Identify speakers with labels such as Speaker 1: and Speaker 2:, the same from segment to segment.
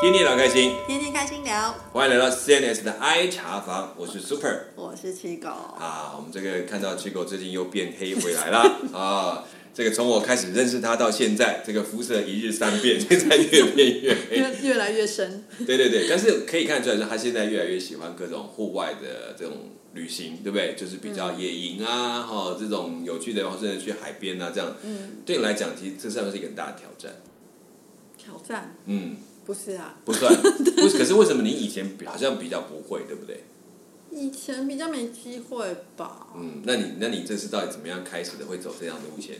Speaker 1: 天天聊开心，
Speaker 2: 天天开心聊，
Speaker 1: 欢迎来到 CNS 的 I 茶房，我是 Super
Speaker 2: 我是七狗。
Speaker 1: 啊。我们这个看到 c h 最近又变黑回来了啊。这个从我开始认识他到现在，这个肤色一日三变，现在越变越黑。
Speaker 2: 越越来越深，
Speaker 1: 对对对，但是可以看出来，是他现在越来越喜欢各种户外的这种旅行，对不对？就是比较野营啊，哈、这种有趣的，或者去海边啊，这样。嗯。对你来讲，其实这算是一个很大的挑战。
Speaker 2: 挑战
Speaker 1: 嗯，
Speaker 2: 不是啊，
Speaker 1: 不算。不是，可是为什么你以前比好像比较不会，对不对？
Speaker 2: 以前比较没机会吧。
Speaker 1: 嗯，那你那你这次到底怎么样开始的？会走这样的路线？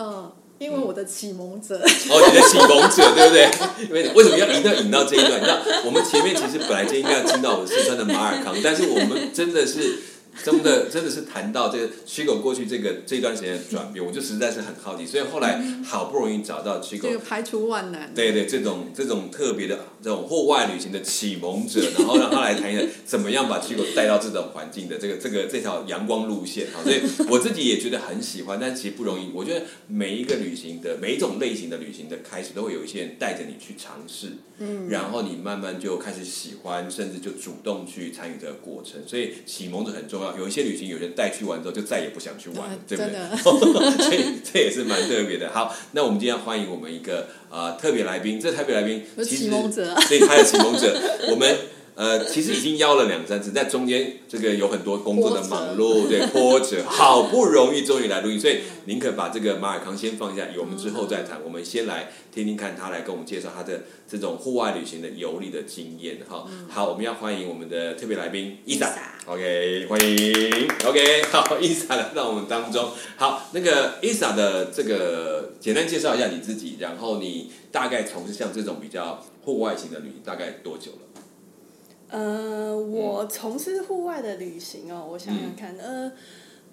Speaker 2: 嗯，因为我的启蒙者，
Speaker 1: 哦，你的启蒙者，对不对？因为为什么要引到引到这一段？你知道，我们前面其实本来就应该要听到我四川的马尔康，但是我们真的是真的真的是谈到这个虚狗过去这个这段时间的转变，我就实在是很好奇，所以后来好不容易找到虚狗
Speaker 2: 这个排除万难。
Speaker 1: 对对，这种这种特别的这种户外旅行的启蒙者，然后让他来谈一下 怎么样把去狗带到这种环境的这个这个这条阳光路线哈，所 以我自己也觉得很喜欢，但其实不容易。我觉得每一个旅行的每一种类型的旅行的开始，都会有一些人带着你去尝试，嗯，然后你慢慢就开始喜欢，甚至就主动去参与这个过程。所以启蒙者很重要，有一些旅行有人带去完之后就再也不想去玩，
Speaker 2: 啊
Speaker 1: 对不对？
Speaker 2: 真的
Speaker 1: 所以 这也是蛮特别的。好，那我们今天要欢迎我们一个呃特别来宾，这特别来宾
Speaker 2: 有
Speaker 1: 其实
Speaker 2: 启蒙者
Speaker 1: 对，他的启蒙者，我们。呃，其实已经邀了两三次，在中间这个有很多工作的忙碌， 对波折，好不容易终于来录音，所以宁可把这个马尔康先放下，我们之后再谈。我们先来听听看他来跟我们介绍他的这种户外旅行的游历的经验哈。
Speaker 2: 嗯
Speaker 1: 好，我们要欢迎我们的特别来宾伊莎 OK，欢迎，OK，好，伊莎来到我们当中。好，那个伊莎的这个简单介绍一下你自己，然后你大概从事像这种比较户外型的旅行大概多久了？
Speaker 3: 呃，我从事户外的旅行哦，我想想看，
Speaker 1: 嗯
Speaker 3: 呃，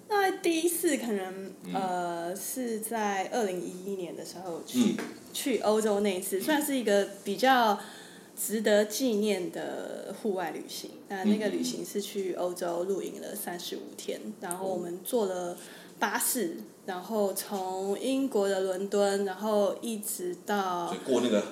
Speaker 3: 那第一次可能呃是在二零一一年的时候去、
Speaker 1: 嗯
Speaker 3: 去欧洲那一次，算是一个比较值得纪念的户外旅行。那那个
Speaker 1: 嗯嗯嗯
Speaker 3: 旅行是去欧洲露营了三十五天，然后我们坐了巴士，然后从英国的伦敦，然后一直到
Speaker 1: 就过那个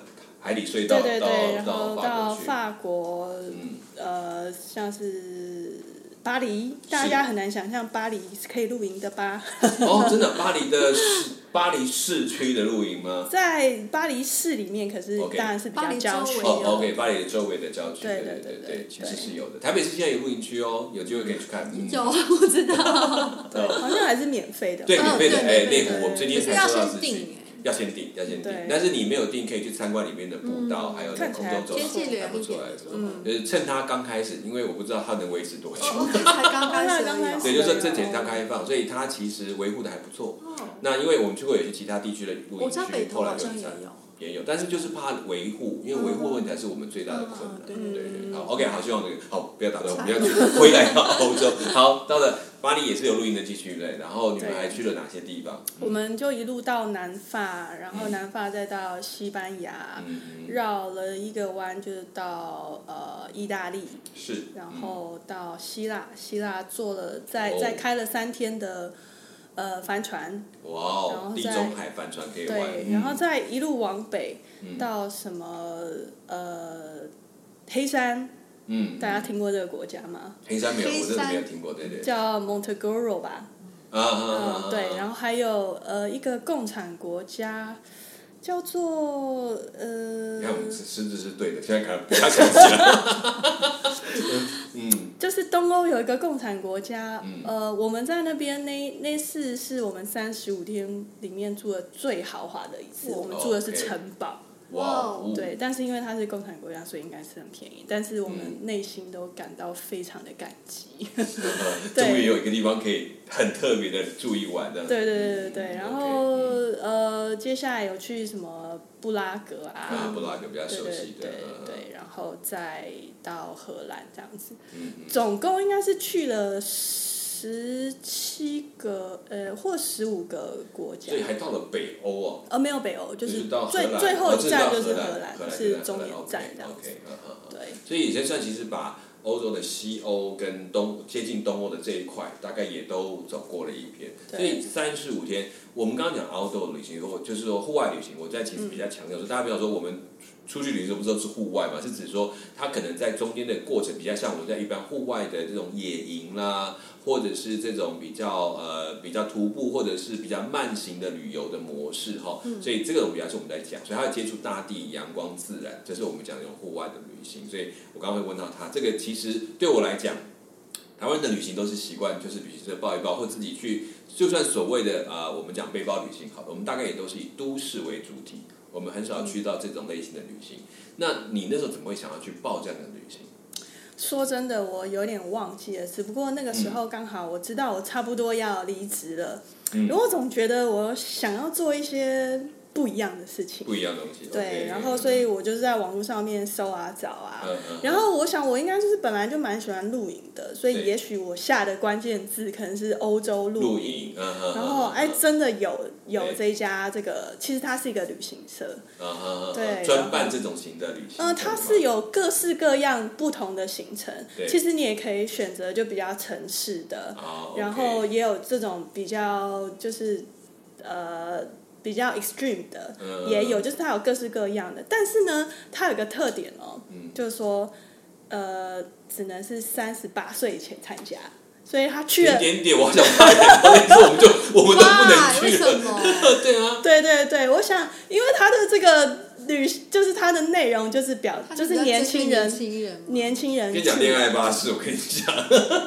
Speaker 1: 海底隧道
Speaker 3: 哦对对对，然
Speaker 1: 到
Speaker 3: 后到
Speaker 1: 到法
Speaker 3: 法国，
Speaker 1: 嗯
Speaker 3: 呃，像是巴黎，大家很难想象巴黎是可以露营的吧？
Speaker 1: 国去。 哦，真的，巴黎的市巴黎市区的露营吗？
Speaker 3: 在巴黎市里面，可是
Speaker 1: OK
Speaker 3: 当然是比
Speaker 2: 巴
Speaker 3: 较
Speaker 2: 黎
Speaker 3: 郊
Speaker 2: 周
Speaker 3: 区
Speaker 2: 围
Speaker 3: 的。
Speaker 1: 哦，OK，巴黎的周围的郊区，
Speaker 3: 对
Speaker 1: 对
Speaker 3: 对对
Speaker 1: 对，
Speaker 3: 对
Speaker 1: 其实
Speaker 3: 对
Speaker 1: 是有的。台北市现在有露营区哦，有机会可以去看。嗯
Speaker 2: 有我知道，
Speaker 3: 对，好像还是免费的。
Speaker 1: 对，
Speaker 2: 嗯
Speaker 1: 免费的，
Speaker 2: 对
Speaker 1: 哎，
Speaker 2: 对
Speaker 1: 内
Speaker 3: 对
Speaker 1: 湖，我们最
Speaker 2: 可
Speaker 1: 近
Speaker 2: 是
Speaker 1: 才
Speaker 2: 要
Speaker 1: 收到
Speaker 2: 先
Speaker 1: 资讯，
Speaker 2: 定哎，
Speaker 1: 要先定，要先定
Speaker 3: 对。嗯
Speaker 1: 但是你没有定，可以去参观里面的步道，还有在空中走，
Speaker 2: 天气
Speaker 1: 还
Speaker 2: 凉
Speaker 1: 不
Speaker 2: 一
Speaker 1: 错，
Speaker 2: 点
Speaker 1: 还
Speaker 2: 的
Speaker 1: 不
Speaker 2: 时
Speaker 1: 错
Speaker 2: 候。
Speaker 1: 就是呃趁它刚开始，因为我不知道它能维持多久。
Speaker 2: 嗯哦，OK，才刚开始
Speaker 3: 刚
Speaker 2: 而
Speaker 3: 开
Speaker 2: 已哦。
Speaker 3: 始
Speaker 1: 对，就是说这几天刚开放，所以它其实维护的还不错。
Speaker 2: 哦
Speaker 1: 那因为我们去过有些其他地区的露
Speaker 2: 我
Speaker 1: 营
Speaker 2: 知道北
Speaker 1: 区，
Speaker 2: 投
Speaker 1: 后来
Speaker 2: 好
Speaker 1: 有
Speaker 2: 像
Speaker 1: 参
Speaker 2: 也有，
Speaker 1: 也有，但是就是怕维护，因为维护问题才是我们最大的困难。
Speaker 2: 嗯嗯
Speaker 1: 对
Speaker 2: 嗯
Speaker 1: 对对，
Speaker 3: 嗯
Speaker 1: 好，OK，好，希望这个好不要打断我们，要回来到欧洲。好，到了巴黎也是有露营的地区对，然后你们
Speaker 3: 对
Speaker 1: 还去了哪些地方？
Speaker 3: 我们就一路到南法，然后南法再到西班牙，
Speaker 1: 嗯，
Speaker 3: 绕了一个弯，就是到呃意大利，
Speaker 1: 是，
Speaker 3: 然
Speaker 1: 嗯
Speaker 3: 后到希腊，希腊坐了在
Speaker 1: 哦
Speaker 3: 在开了三天的呃帆船，
Speaker 1: 哇
Speaker 3: 然
Speaker 1: 哦
Speaker 3: 后，
Speaker 1: 地
Speaker 3: 再
Speaker 1: 中海帆船可以玩，
Speaker 3: 对，
Speaker 1: 嗯
Speaker 3: 然后再一路往北
Speaker 1: 嗯
Speaker 3: 到什么呃黑山，
Speaker 1: 嗯，
Speaker 3: 大家听过这个国家吗？
Speaker 1: 黑山没有，
Speaker 2: 黑
Speaker 1: 我真的没有
Speaker 2: 山
Speaker 1: 听过，对对，
Speaker 3: 叫 Montegorro 吧，
Speaker 1: 啊啊啊啊
Speaker 3: 嗯，，对，然
Speaker 1: 后
Speaker 3: 后还有呃一个共产国家叫做呃
Speaker 1: 你看我们狮子是对的，现在看不要 想起来，嗯
Speaker 3: 就是东欧有一个共产国家，
Speaker 1: 嗯
Speaker 3: 呃，我们在那边那那次是我们三十五天里面住的最豪华的一次，
Speaker 2: 哇
Speaker 3: 我们住的是
Speaker 1: OK
Speaker 3: 城堡，
Speaker 1: 哇哦，
Speaker 3: 对，但是因为它是共产国家，所以应该是很便宜，但是我
Speaker 1: 嗯
Speaker 3: 们内心都感到非常的感激。 对
Speaker 1: 终于有一个地方可以很特别的住一晚这样子。
Speaker 3: 对对对对对，然后
Speaker 1: 嗯 OK，
Speaker 3: 呃，接下来有去什么布拉格
Speaker 1: 啊，
Speaker 3: 啊
Speaker 1: 布，拉格比较
Speaker 3: 对
Speaker 1: 熟
Speaker 3: 对
Speaker 1: 悉的
Speaker 3: 对，
Speaker 1: 嗯
Speaker 3: 对，然后再到荷兰这样子，
Speaker 1: 嗯嗯
Speaker 3: 总共应该是去了十七个呃或十五个国家
Speaker 1: 所以。还到了北欧哦，
Speaker 3: 呃，没有北欧，就
Speaker 1: 就是到荷
Speaker 3: 最
Speaker 1: 兰
Speaker 3: 最后
Speaker 1: 哦
Speaker 3: 一站
Speaker 1: 就
Speaker 3: 就是是
Speaker 1: 到荷
Speaker 3: 荷
Speaker 1: 兰，荷兰
Speaker 3: 是终点站这样
Speaker 1: OK，
Speaker 3: 子。
Speaker 1: 嗯嗯嗯
Speaker 3: 对，
Speaker 1: 所以也就算其实把欧洲的西欧跟东接近东欧的这一块，大概也都走过了一遍。
Speaker 3: 对
Speaker 1: 所以三十五天，我们刚刚讲 outdoor 旅行，或就是说户外旅行，我在其实比较强调说，大家不要说我们出去旅行都不知道是户外嘛，是指说它可能在中间的过程比较像我们在一般户外的这种野营啦，或者是这种比较呃比较徒步或者是比较慢行的旅游的模式哈。
Speaker 3: 嗯
Speaker 1: 所以这个我们比较是我们在讲，所以它要接触大地、阳光、自然，这是我们讲这种户外的旅行。所以我刚刚会问到他，这个其实对我来讲。台湾的旅行都是习惯，就是旅行社报一报，或自己去，就算所谓的啊、呃我们讲背包旅行好了，我们大概也都是以都市为主体，我们很少去到这种类型的旅行。那你那时候怎么会想要去报这样的旅行？
Speaker 3: 说真的，我有点忘记了，只不过那个时候刚好我知道我差不多要离职了，
Speaker 1: 嗯
Speaker 3: 然后我总觉得我想要做一些不一样的事情
Speaker 1: 不。一样的东西。
Speaker 3: 对
Speaker 1: OK，
Speaker 3: 然后所以我就是在网络上面搜啊找啊，
Speaker 1: 嗯嗯
Speaker 3: 然后我想我应该就是本来就蛮喜欢露营的，所
Speaker 1: 对
Speaker 3: 以也许我下的关键字可能是欧洲
Speaker 1: 露
Speaker 3: 露营，
Speaker 1: 营，嗯哼
Speaker 3: 然后哎真的有有
Speaker 1: 对
Speaker 3: 这一家这个，其实它是一个旅行社，
Speaker 1: 嗯哼
Speaker 3: 对然后
Speaker 1: 专办这种型的旅行。
Speaker 3: 嗯，它是有各式各样不同的行程
Speaker 1: 对，
Speaker 3: 其实你也可以选择就比较城市的，
Speaker 1: 啊，
Speaker 3: 然后也有这种比较就是呃比较 extreme 的，
Speaker 1: 嗯
Speaker 3: 也有，就是它有各式各样的。但是呢，它有个特点哦，
Speaker 1: 嗯
Speaker 3: 就是说呃，只能是三十八岁以前参加，所以他去
Speaker 1: 一
Speaker 3: 了。
Speaker 1: 点点，我想快点，但是我们就我们都不能
Speaker 2: 哇，为
Speaker 1: 去
Speaker 2: 什
Speaker 1: 了。
Speaker 2: 么？
Speaker 1: 对啊，
Speaker 3: 对对对，我想，因为它的这个旅，就是它的内容就是表，就是年轻人
Speaker 2: 年，轻人。
Speaker 3: 年轻人
Speaker 1: 跟你讲
Speaker 3: 去
Speaker 1: 恋爱巴士，我跟你讲，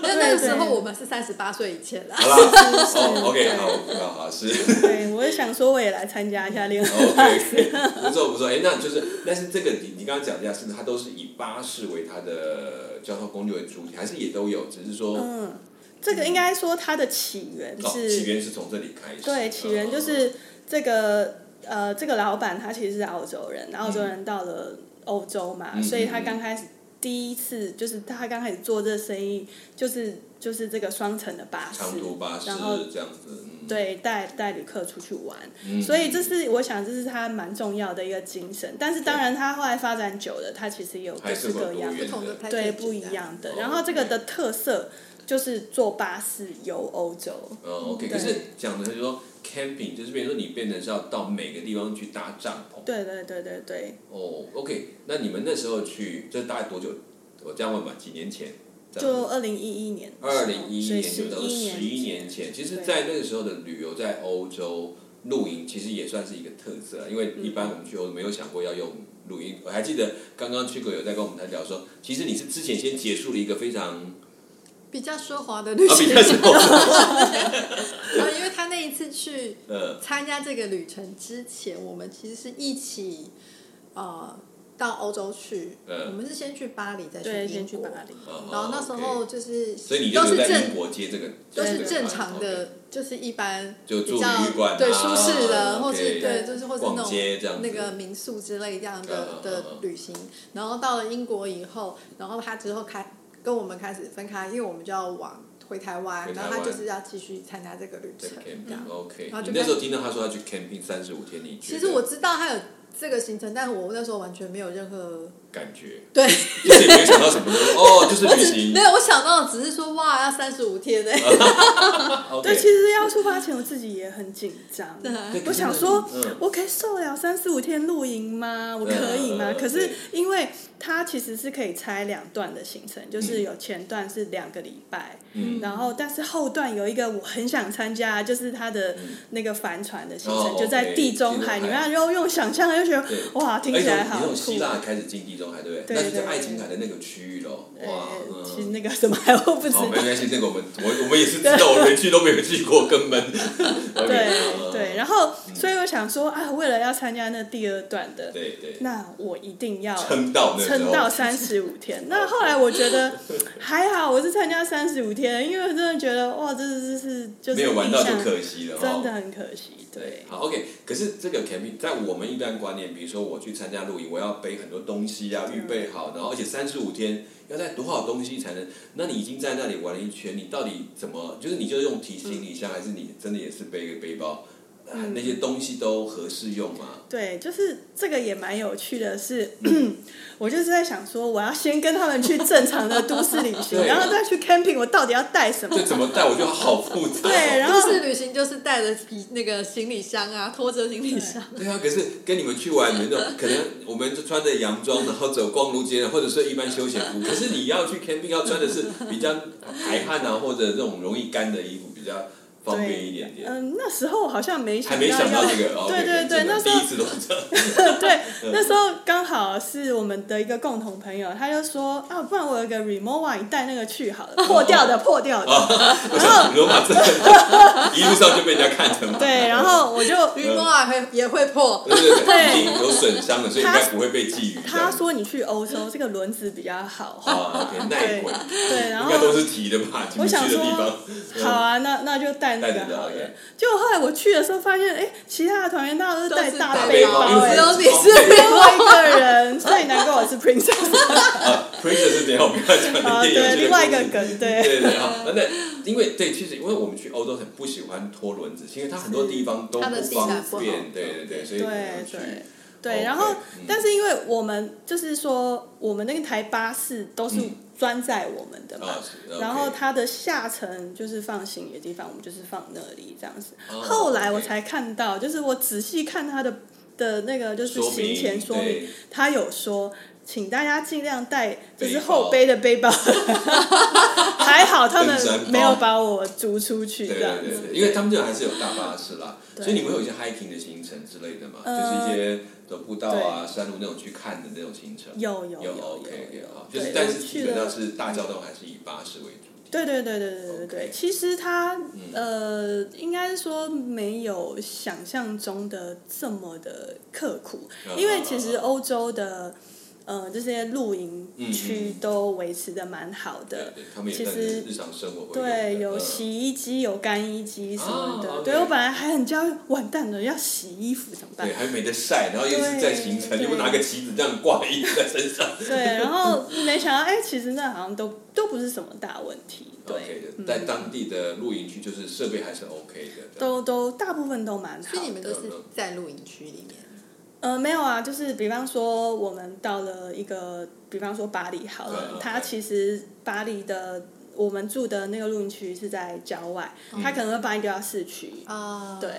Speaker 2: 那那个时候我们是三十八岁以前啦。
Speaker 1: 好啦，哦，OK，好，好好是。哦
Speaker 3: 对，我也想说，我也来参加一下恋爱巴
Speaker 1: OK，不错不错，哎、那就是，但是这个你你刚刚讲一下，是不是它都是以巴士为它的交通工具为主体，还是也都有？只是说，
Speaker 3: 嗯， 这个应该说它的起源
Speaker 1: 哦，起
Speaker 3: 是，
Speaker 1: 源是从这里开始。
Speaker 3: 对，起源就是这个呃，这个老板他其实是澳洲人，澳洲人到了欧洲嘛，
Speaker 1: 嗯
Speaker 3: 所以他刚开始第一次就是他刚开始做这生意，就是就是这个双层的巴士，
Speaker 1: 长途巴士
Speaker 3: 然后
Speaker 1: 这样子。嗯、
Speaker 3: 对，带带旅客出去玩，
Speaker 1: 嗯
Speaker 3: 所以这是我想这是他蛮重要的一个精神。但是当然，他后来发展久了，他其实也有各
Speaker 1: 还是
Speaker 3: 式
Speaker 1: 会
Speaker 3: 各
Speaker 1: 多
Speaker 3: 样
Speaker 1: 元
Speaker 2: 不同的拍
Speaker 3: 对
Speaker 2: 片
Speaker 3: 不一样的
Speaker 1: 哦。
Speaker 3: 然后这个的特色就是坐巴士游欧洲，
Speaker 1: 嗯，OK，可
Speaker 3: 对
Speaker 1: 是讲的就是说 camping，就是比如说你变成是要到每个地方去搭帐篷。
Speaker 3: 对对对对对，
Speaker 1: 哦，OK，那你们那时候去，这大概多久？我这样问吧，几年前？这样
Speaker 3: 就二零一一年的时候，
Speaker 1: 二零一一
Speaker 3: 所以
Speaker 1: 年
Speaker 3: 十
Speaker 1: 就到
Speaker 3: 一
Speaker 1: 十一年前，其实，
Speaker 3: 对
Speaker 1: 在那个时候的旅游在欧洲露营，其实也算是一个特色啊，因为一般我们去欧洲没有想过要用露营。我还记得刚刚去过有在跟我们在聊说，其实你是之前先结束了一个非常啊
Speaker 2: 比较奢华的旅
Speaker 1: 比
Speaker 2: 行
Speaker 1: 较。什么
Speaker 2: 啊，因为他那一次去
Speaker 1: 呃
Speaker 2: 参加这个旅程之前，我们其实是一起呃到欧洲去，
Speaker 1: 嗯
Speaker 2: 我们是先去巴黎，再
Speaker 3: 对，
Speaker 2: 去英
Speaker 3: 先去
Speaker 2: 国
Speaker 3: 巴。黎。
Speaker 2: 然后那时候
Speaker 1: 呃哦 OK
Speaker 2: 就是
Speaker 1: 所以你就
Speaker 2: 都
Speaker 1: 留
Speaker 2: 是
Speaker 1: 在英
Speaker 2: 正
Speaker 1: 国接这个接
Speaker 2: 都
Speaker 1: 这
Speaker 2: 是
Speaker 1: 个
Speaker 2: 正
Speaker 1: 团
Speaker 2: 常
Speaker 1: OK
Speaker 2: 的，就是一般
Speaker 1: 就住
Speaker 2: 比较
Speaker 1: 旅馆啊
Speaker 2: 对舒适的，
Speaker 1: OK
Speaker 2: 或是对就是或是那
Speaker 1: 逛街这样
Speaker 2: 种
Speaker 1: 子
Speaker 2: 那个民宿之类这样
Speaker 1: 嗯嗯
Speaker 2: 的
Speaker 1: 嗯
Speaker 2: 的
Speaker 1: 嗯
Speaker 2: 旅行。然后到了英国以后，然后他之后开跟我们开始分开，因为我们就要往回台湾
Speaker 1: 回，台
Speaker 2: 然
Speaker 1: 湾
Speaker 2: 后他就是要继续参加这个旅
Speaker 1: 在
Speaker 2: 程这样
Speaker 1: camping。OK，嗯
Speaker 2: 然后
Speaker 1: 你
Speaker 2: 就
Speaker 1: 那
Speaker 2: 开
Speaker 1: 时候听到他说他去 camping 三十五天，你觉
Speaker 2: 其
Speaker 1: 得
Speaker 2: 实我知道他有这个行程，但我那时候完全没有任何
Speaker 1: 感觉
Speaker 2: 对，
Speaker 1: 就是也没有想到什么东西哦，就是
Speaker 2: 我
Speaker 1: 旅
Speaker 2: 只
Speaker 1: 行
Speaker 2: 没。有我想到的只是说哇要三十五天欸呢、
Speaker 1: OK
Speaker 3: 对，其实要出发前我自己也很紧 张，
Speaker 1: 对啊
Speaker 3: 我想说
Speaker 1: 嗯，
Speaker 3: 我可以受了三四五天露营吗？我可以
Speaker 1: 嗯嗯
Speaker 3: 吗
Speaker 1: 嗯？对
Speaker 3: 可是因为它其实是可以拆两段的行程，就是有前段是两个礼拜，
Speaker 1: 嗯
Speaker 3: 然后但是后段有一个我很想参加，就是它的那个帆船的行
Speaker 1: 哦
Speaker 3: 程，就在
Speaker 1: OK，
Speaker 3: 地中
Speaker 1: 地
Speaker 3: 海
Speaker 1: 中
Speaker 3: 里
Speaker 1: 海
Speaker 3: 面，然后用想象就觉
Speaker 1: 对
Speaker 3: 得哇，听
Speaker 1: 哎
Speaker 3: 起来
Speaker 1: 从你从
Speaker 3: 好酷
Speaker 2: 啊
Speaker 1: 希。腊开始进地中海，对不对？
Speaker 3: 对
Speaker 1: 那就是
Speaker 3: 对
Speaker 1: 爱琴海的那个区域喽。
Speaker 3: 呃
Speaker 1: 哇，
Speaker 3: 其实
Speaker 1: 嗯。
Speaker 3: 那个什么还我不知
Speaker 1: 好，没
Speaker 3: 道。
Speaker 1: 关系，这个我们我我们也是知道，我连去都没有去过，根 本。
Speaker 3: 对
Speaker 1: OK，
Speaker 3: 对，
Speaker 1: 嗯
Speaker 3: 然后所以我想说啊，为了要参加那第二段的，
Speaker 1: 对对，
Speaker 3: 那我一定要
Speaker 1: 撑到那时候
Speaker 3: 撑到三十五天。那后来我 觉得还好，我是参加三十五天，因为我真的觉得哇，这是是就是
Speaker 1: 没有玩到就
Speaker 3: 印象
Speaker 1: 可惜了。
Speaker 3: 真的
Speaker 1: 哦
Speaker 3: 很可惜。对，
Speaker 1: 好，OK。可是这个 camping 在我们一般观念，比如说我去参加露营，我要背很多东西啊，
Speaker 3: 嗯
Speaker 1: 预备好，然后而且三十五天要带多少东西才能？那你已经在那里玩了一圈，你到底怎么？就是你就用提行李箱，还是你真的也是背一个背包？
Speaker 3: 嗯
Speaker 1: 那些东西都合适用吗？
Speaker 3: 对，就是这个也蛮有趣的是， 我就是在想说，我要先跟他们去正常的都市旅行，
Speaker 1: 对
Speaker 3: 然后再去 camping，我到底要带什么
Speaker 1: 这？怎么带？我觉得好复杂。哦
Speaker 3: 对，然
Speaker 2: 都
Speaker 3: 后
Speaker 2: 市旅行就是带着皮那个行李箱啊，拖着行李箱，
Speaker 1: 对啊，可是跟你们去玩，你们那 种可能我们就穿着洋装，然后走逛路街，或者是一般休闲 服。可是你要去 camping，要穿的是比较排汗啊，或者这种容易干的衣服，比较方便一点点。
Speaker 3: 嗯，那时候好像没想
Speaker 1: 还
Speaker 3: 到
Speaker 1: 没想
Speaker 3: 要
Speaker 1: 到，这 个，哦，
Speaker 3: 对对对，
Speaker 1: 真的嗯
Speaker 3: 那时
Speaker 1: 第
Speaker 3: 候
Speaker 1: 一次都这样。
Speaker 3: 对，那时候刚好是我们的一个共同朋友，他就说啊，不然我有一个 remote one，你带那个去好了，破掉的，破掉
Speaker 1: 哦
Speaker 3: 的。
Speaker 1: 我想罗 马真的一路上就被人家看成
Speaker 3: 对，然后 我就
Speaker 2: 鱼摸啊会也会破，
Speaker 1: 对对对，
Speaker 3: 对
Speaker 1: 已经有损伤了，所以应该不会被寄予。
Speaker 3: 他说你去欧洲这个轮子比较好
Speaker 1: 啊
Speaker 3: 换，
Speaker 1: ，OK，那
Speaker 3: 对
Speaker 1: 一会
Speaker 3: 对，然
Speaker 1: 应
Speaker 3: 后
Speaker 1: 该都是提的吧，你
Speaker 3: 我
Speaker 1: 们去
Speaker 3: 想
Speaker 1: 的
Speaker 3: 说
Speaker 1: 地方。
Speaker 3: 好啊，那那就带那
Speaker 1: 带着
Speaker 3: 个
Speaker 1: 的
Speaker 3: 好了
Speaker 1: OK。
Speaker 3: 结果后来我去的时候发现，哎，其他的团员大家都是呃带
Speaker 2: 都是
Speaker 3: 大
Speaker 2: 大
Speaker 1: 背
Speaker 3: 背
Speaker 1: 包
Speaker 3: 包，
Speaker 1: 因为
Speaker 3: 哎，
Speaker 2: 欸只
Speaker 1: 都
Speaker 3: 只
Speaker 1: 是
Speaker 2: 有你是 背包。
Speaker 3: 有一个人，所以难怪我是 princess
Speaker 1: 啊 p r i n c e s 是怎样？我们要讲
Speaker 3: 啊，
Speaker 1: 的电影
Speaker 3: 对，另外一个梗，对，
Speaker 1: 对对对，好， 那因为对，其实因为我们去欧洲很不喜欢拖轮子，因为它很多地方都
Speaker 2: 它的地
Speaker 1: 方
Speaker 2: 下不好
Speaker 1: 便，对对对，所以嗯
Speaker 3: 对
Speaker 1: 我们去
Speaker 3: 对。
Speaker 1: OK，
Speaker 3: 对，然后
Speaker 1: 嗯
Speaker 3: 但是因为我们就是说，我们那个台巴士都是
Speaker 1: 嗯
Speaker 3: 专载我们的嘛，
Speaker 1: 啊是，OK
Speaker 3: 然后它的下层就是放行李的地方，我们就是放那里这样子。
Speaker 1: 哦
Speaker 3: 后来我
Speaker 1: OK
Speaker 3: 才看到，就是我仔细看它的的那个就是
Speaker 1: 说明
Speaker 3: 行前说
Speaker 1: 对
Speaker 3: 明，它有说。请大家尽量带就是
Speaker 1: 背包
Speaker 3: 后背的背 包，还好他们
Speaker 1: 登山包
Speaker 3: 没有把我逐出去
Speaker 1: 对
Speaker 3: 这样
Speaker 1: 对
Speaker 3: 子
Speaker 1: 对，对，因为他们这个还是有大巴士啦，所以你们会有一些 hiking 的行程之类的嘛，
Speaker 3: 呃
Speaker 1: 就是一些走步道啊、山路那种去看的那种行程。
Speaker 3: 有有有
Speaker 1: 有
Speaker 3: 有
Speaker 1: OK OK
Speaker 3: 有
Speaker 1: 好，就是
Speaker 3: 对
Speaker 1: 但
Speaker 3: 我
Speaker 1: 是
Speaker 3: 去
Speaker 1: 基本上
Speaker 3: 了嗯
Speaker 1: 是大交通还是以巴士为主。
Speaker 3: 对对对对对对对
Speaker 1: OK 嗯
Speaker 3: 其实它呃，应该说没有想象中的这么的刻苦，
Speaker 1: 嗯
Speaker 3: 因为其实欧洲的呃这些露营
Speaker 1: 嗯嗯
Speaker 3: 区
Speaker 1: 嗯
Speaker 3: 都维持的蛮好的。
Speaker 1: 对，他们也
Speaker 3: 其
Speaker 1: 在
Speaker 3: 实
Speaker 1: 日常生活会
Speaker 3: 对，有
Speaker 1: 嗯
Speaker 3: 洗衣机，有干衣机什么的。
Speaker 1: 哦，OK
Speaker 3: 对我本来还很焦虑，完蛋了，要洗衣服怎么办
Speaker 1: 对，？还啊没得晒，然后又是在行程，
Speaker 3: 对
Speaker 1: 又不拿个旗子这样挂衣服在身上。
Speaker 3: 对，然后没想到，哎，其实那好像都都不是什么大问题。
Speaker 1: OK
Speaker 3: 对，嗯
Speaker 1: 的，在当地的露营区就是设备还是 OK 的。
Speaker 3: 都都大部分都蛮好的。
Speaker 2: 所以你们都是在露营区里面。
Speaker 3: 呃，没有啊，就是比方说，我们到了一个，比方说巴黎好
Speaker 1: 嗯嗯
Speaker 3: 了
Speaker 1: 嗯，
Speaker 3: 它其实巴黎的我们住的那个露营区是在郊外，它可能会把你丢到市区，
Speaker 2: 啊，
Speaker 3: 对，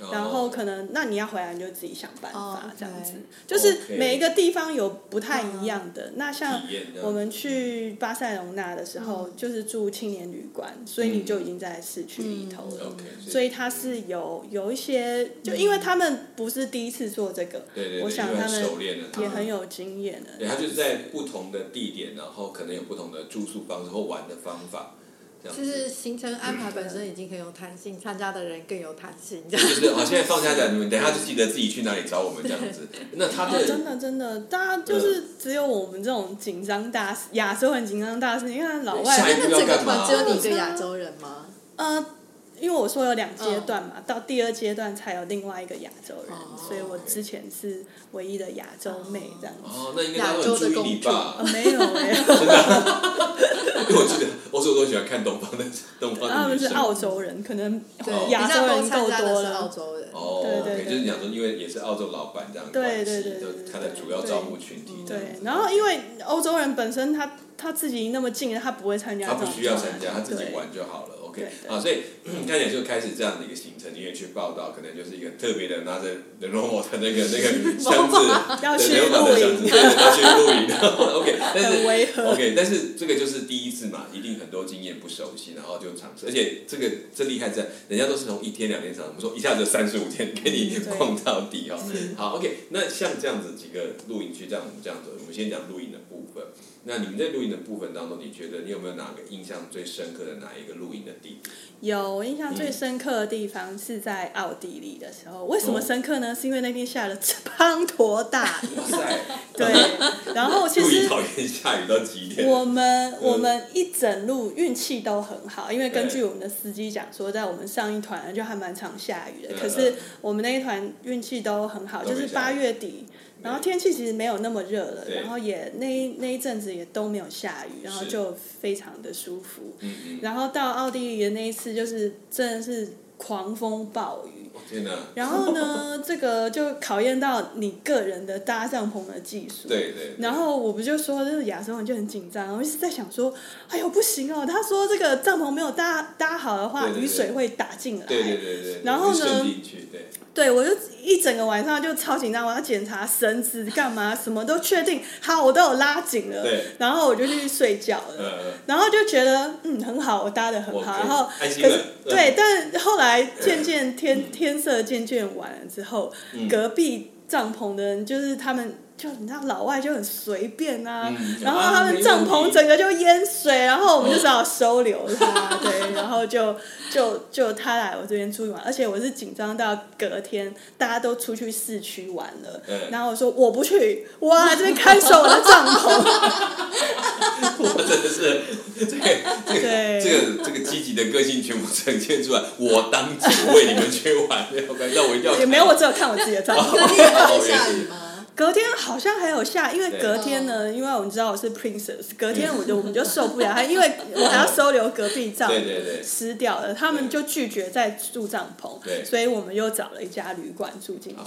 Speaker 1: 哦
Speaker 3: 然后可能那你要回来你就自己想办
Speaker 2: 哦
Speaker 3: 法
Speaker 2: ，OK
Speaker 3: 这样子，就是
Speaker 1: OK
Speaker 3: 每一个地方有不太一样的。那像
Speaker 1: 体验这样子
Speaker 3: 我们去巴塞隆纳的时
Speaker 2: 嗯
Speaker 3: 候，就是住青年旅馆，所以你就已经在市区里头了。
Speaker 1: OK，
Speaker 3: 所以它是有有一些，就因为他们不是第一次做这个，
Speaker 1: 对对对，
Speaker 3: 我想
Speaker 1: 因为
Speaker 3: 他
Speaker 1: 很
Speaker 3: 们
Speaker 1: 熟练了，
Speaker 3: 也很有经验的。
Speaker 1: 嗯对，它就是在不同的地点，然后可能有不同的住宿方式或玩的方法，这样
Speaker 2: 就
Speaker 1: 子。
Speaker 2: 是行程安排本身已经很有弹性，参加的人更有弹性，这
Speaker 1: 就是
Speaker 2: 样
Speaker 1: 好，现在放下讲，你们等一下就记得自己去哪里找我们这样 子。那他
Speaker 3: 哦，真
Speaker 1: 的
Speaker 3: 的真的，大家
Speaker 1: 嗯
Speaker 3: 就是只有我们这种紧张大师，亚洲很紧张大师。你看老
Speaker 1: 下一
Speaker 3: 外，
Speaker 1: 步
Speaker 2: 那
Speaker 1: 要
Speaker 2: 整个
Speaker 1: 干嘛
Speaker 2: 团只有你一个亚洲人吗？
Speaker 3: 呃，因为我说有两阶段嘛，到第二阶段才有另外一个亚洲人，
Speaker 2: 嗯哦
Speaker 3: 所以我之前是唯一的亚洲妹这样子。
Speaker 1: 哦，那应该他们很注意你吧
Speaker 3: 啊，？没 有哎、
Speaker 1: 因 为我记得欧洲都喜欢看东方的东方
Speaker 3: 他
Speaker 1: 的
Speaker 3: 们
Speaker 1: 女
Speaker 3: 是
Speaker 1: 生。
Speaker 3: 澳洲人，可能
Speaker 2: 对，
Speaker 3: 亚
Speaker 2: 比较多
Speaker 3: 洲人
Speaker 2: 参
Speaker 3: 够
Speaker 2: 加的
Speaker 3: 多
Speaker 2: 是澳
Speaker 3: 了。
Speaker 2: 洲人。
Speaker 1: 哦
Speaker 3: 对对
Speaker 1: ，OK，
Speaker 3: 对
Speaker 1: 就是讲说，因为也是澳洲老板这样的关系，
Speaker 3: 对对对对
Speaker 1: 就他的主要招募群体。
Speaker 3: 对，然后因为欧洲人本身他他自己那么近，他不会参加
Speaker 1: 他
Speaker 3: 这种
Speaker 1: 不
Speaker 3: 团，
Speaker 1: 需要参加，他自己
Speaker 3: 对
Speaker 1: 玩就好了。OK，
Speaker 3: 对对
Speaker 1: 啊，所以开始就开始这样的一个行程，你也去报道，可能就是一个特别的拿着 The Normal 的那个那 个箱子，
Speaker 3: 要
Speaker 1: 对
Speaker 3: 去
Speaker 1: Lenovo 的箱
Speaker 3: 露
Speaker 1: 子，
Speaker 3: 营
Speaker 1: 对，要去露营。然后 OK，但是
Speaker 3: 很 违和。
Speaker 1: OK，但是这个就是第一次嘛，一定很多经验不熟悉，然后就尝试。而且这个真厉害在，人家都是从一天两天上，我们说一下子三十五天给你
Speaker 3: 嗯对
Speaker 1: 逛到底哦。好，OK，那像这样子几个露营区，这样我们这样走，我们先讲露营的部分。那你们在露营的部分当中，你觉得你有没有哪个印象最深刻的哪一个露营的地点？
Speaker 3: 有，我印
Speaker 2: 嗯
Speaker 3: 象最深刻的地方是在奥地利的时候。为
Speaker 1: 哦
Speaker 3: 什么深刻呢？是因为那天下了 滂沱大雨。
Speaker 1: 哇塞，
Speaker 3: 对，然后其
Speaker 1: 露营
Speaker 3: 实
Speaker 1: 讨厌下雨到极点，
Speaker 3: 我们我们一整路运气都很好，因为根据
Speaker 1: 对
Speaker 3: 我们的司机讲说，在我们上一团就还蛮常下雨的
Speaker 1: 对，
Speaker 3: 可是我们那一团运气都很好，
Speaker 1: 都没
Speaker 3: 就是
Speaker 1: 下
Speaker 3: 八
Speaker 1: 雨
Speaker 3: 月底。然后天气其实没有那么热了，
Speaker 1: 对
Speaker 3: 然后也那一那一阵子也都没有下雨，然后
Speaker 1: 是
Speaker 3: 就非常的舒服。
Speaker 1: 嗯嗯，
Speaker 3: 然后到奥地利的那一次，就是真的是狂风暴雨，
Speaker 1: 哦天哪！
Speaker 3: 然后 呢，这个就考验到你个人的搭帐篷的技术。
Speaker 1: 对对，
Speaker 3: 然后我不就说，就是亚洲人就很紧张，我一直在想说，哎呦不行哦，他说这个帐篷没有搭搭好的话，
Speaker 1: 对对对
Speaker 3: 雨水会打进来。
Speaker 1: 对对对对，
Speaker 3: 然后呢
Speaker 1: 顺进去，对，
Speaker 3: 对，我就一整个晚上就超紧张，我要检查绳子干嘛，什么都确定，好，我都有拉紧了
Speaker 1: 对，
Speaker 3: 然后我就去睡觉了，
Speaker 1: 呃，
Speaker 3: 然后就觉得嗯很好，我搭的很好，
Speaker 1: OK，
Speaker 3: 然后
Speaker 1: 安心
Speaker 3: 可
Speaker 1: 了啊
Speaker 3: 是对，但后来渐渐天天色渐渐晚了之后，
Speaker 1: 嗯
Speaker 3: 隔壁帐篷的人就是他们。就你知道老外就很随便啊，
Speaker 1: 嗯
Speaker 3: 然后
Speaker 1: 啊
Speaker 3: 他
Speaker 1: 没
Speaker 3: 们
Speaker 1: 问
Speaker 3: 帐篷
Speaker 1: 题
Speaker 3: 整个就淹水，然后我 们就只好收留他，对，然后就就就他来我这边住一晚，而且我是紧张到隔天大家都出去市区玩了，
Speaker 1: 嗯
Speaker 3: 然后我说我不去，我来这边看守我的帐篷，
Speaker 1: 我真的是这个这
Speaker 3: 对
Speaker 1: 个这个这个积极的个性全部呈现出来，我当主为你们去玩，要不然那我一定要
Speaker 3: 也没有，我只有看我自己的 帐篷。
Speaker 2: 隔天有在 下雨吗？
Speaker 3: 隔天好像还有下，因为
Speaker 1: 对
Speaker 3: 隔天呢，因为我们知道我是 princess，隔天我就我们就受不了，还因为我还要收留隔壁帐
Speaker 1: 对对对
Speaker 3: 湿掉了，他们就拒绝再住帐篷，
Speaker 1: 对
Speaker 3: 所以我们又找了一家旅馆住进去了，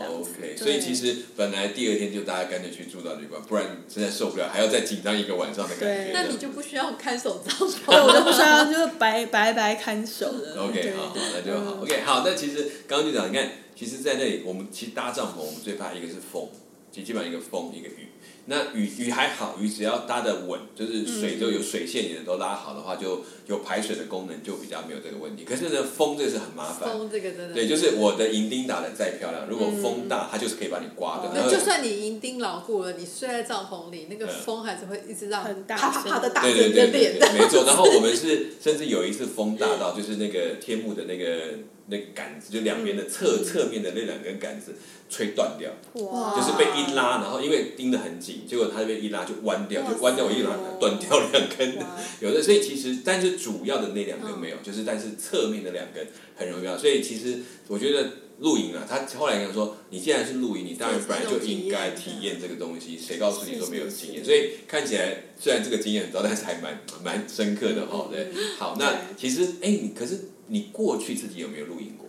Speaker 3: 这样
Speaker 1: 哦
Speaker 3: 子。
Speaker 1: ，OK，所以其实本来第二天就大家干脆去住到旅馆，不然真的受不了，还要再紧张一个晚上的感觉。
Speaker 3: 对
Speaker 2: 那你就不需要看守帐
Speaker 3: 对，我
Speaker 2: 篷。
Speaker 3: 都不需要，就是白白白看守了。
Speaker 1: OK，
Speaker 3: 对
Speaker 1: 好，好，那就
Speaker 2: 嗯
Speaker 1: 好。OK，好，那其实刚刚局长，你看，其实，在那里我们其实搭帐篷，我们最怕一个是风，就基本上一个风，一个雨。那雨雨还好，雨只要搭的稳，就是水
Speaker 2: 嗯
Speaker 1: 都有水线，你的都拉好的话，就有排水的功能，就比较没有这个问题。可是呢，风这个是很麻烦。
Speaker 2: 风这个真的，
Speaker 1: 对，就是我的银钉打的再漂亮，如果风大，它就是可以把你刮的。然
Speaker 2: 哦那
Speaker 1: 后
Speaker 2: 就算你银钉牢固了，你睡在帐篷里，那个
Speaker 1: 呃嗯
Speaker 2: 风还是会一直让
Speaker 3: 很大
Speaker 2: 啪啪啪
Speaker 3: 声
Speaker 2: 的打着
Speaker 1: 对对
Speaker 2: 你的
Speaker 1: 对对
Speaker 2: 脸
Speaker 1: 对，没错。然后我们是甚至有一次风大到，就是那个天幕的那个那个杆子，就两边的
Speaker 2: 嗯
Speaker 1: 侧侧面的那两根杆子吹断掉，
Speaker 3: 哇，
Speaker 1: 就是被一拉，然后因为钉得很紧，结果它被一拉就弯掉，
Speaker 3: 哇塞
Speaker 1: 就弯掉我一拉断掉两根
Speaker 3: 哇。
Speaker 1: 有的，所以其实但是主要的那两根没有，就是但是侧面的两根很容易掉。所以其实我觉得露营啊，他后来跟我说，你既然是露营，你当然本来就应该体验这个东西，谁告诉你说没有经验？
Speaker 3: 是是是
Speaker 1: 所以看起来虽然这个经验很糟，但是还蛮蛮深刻的哈。对，好，那
Speaker 3: 对
Speaker 1: 其实哎，你可是你过去自己有没有露营过？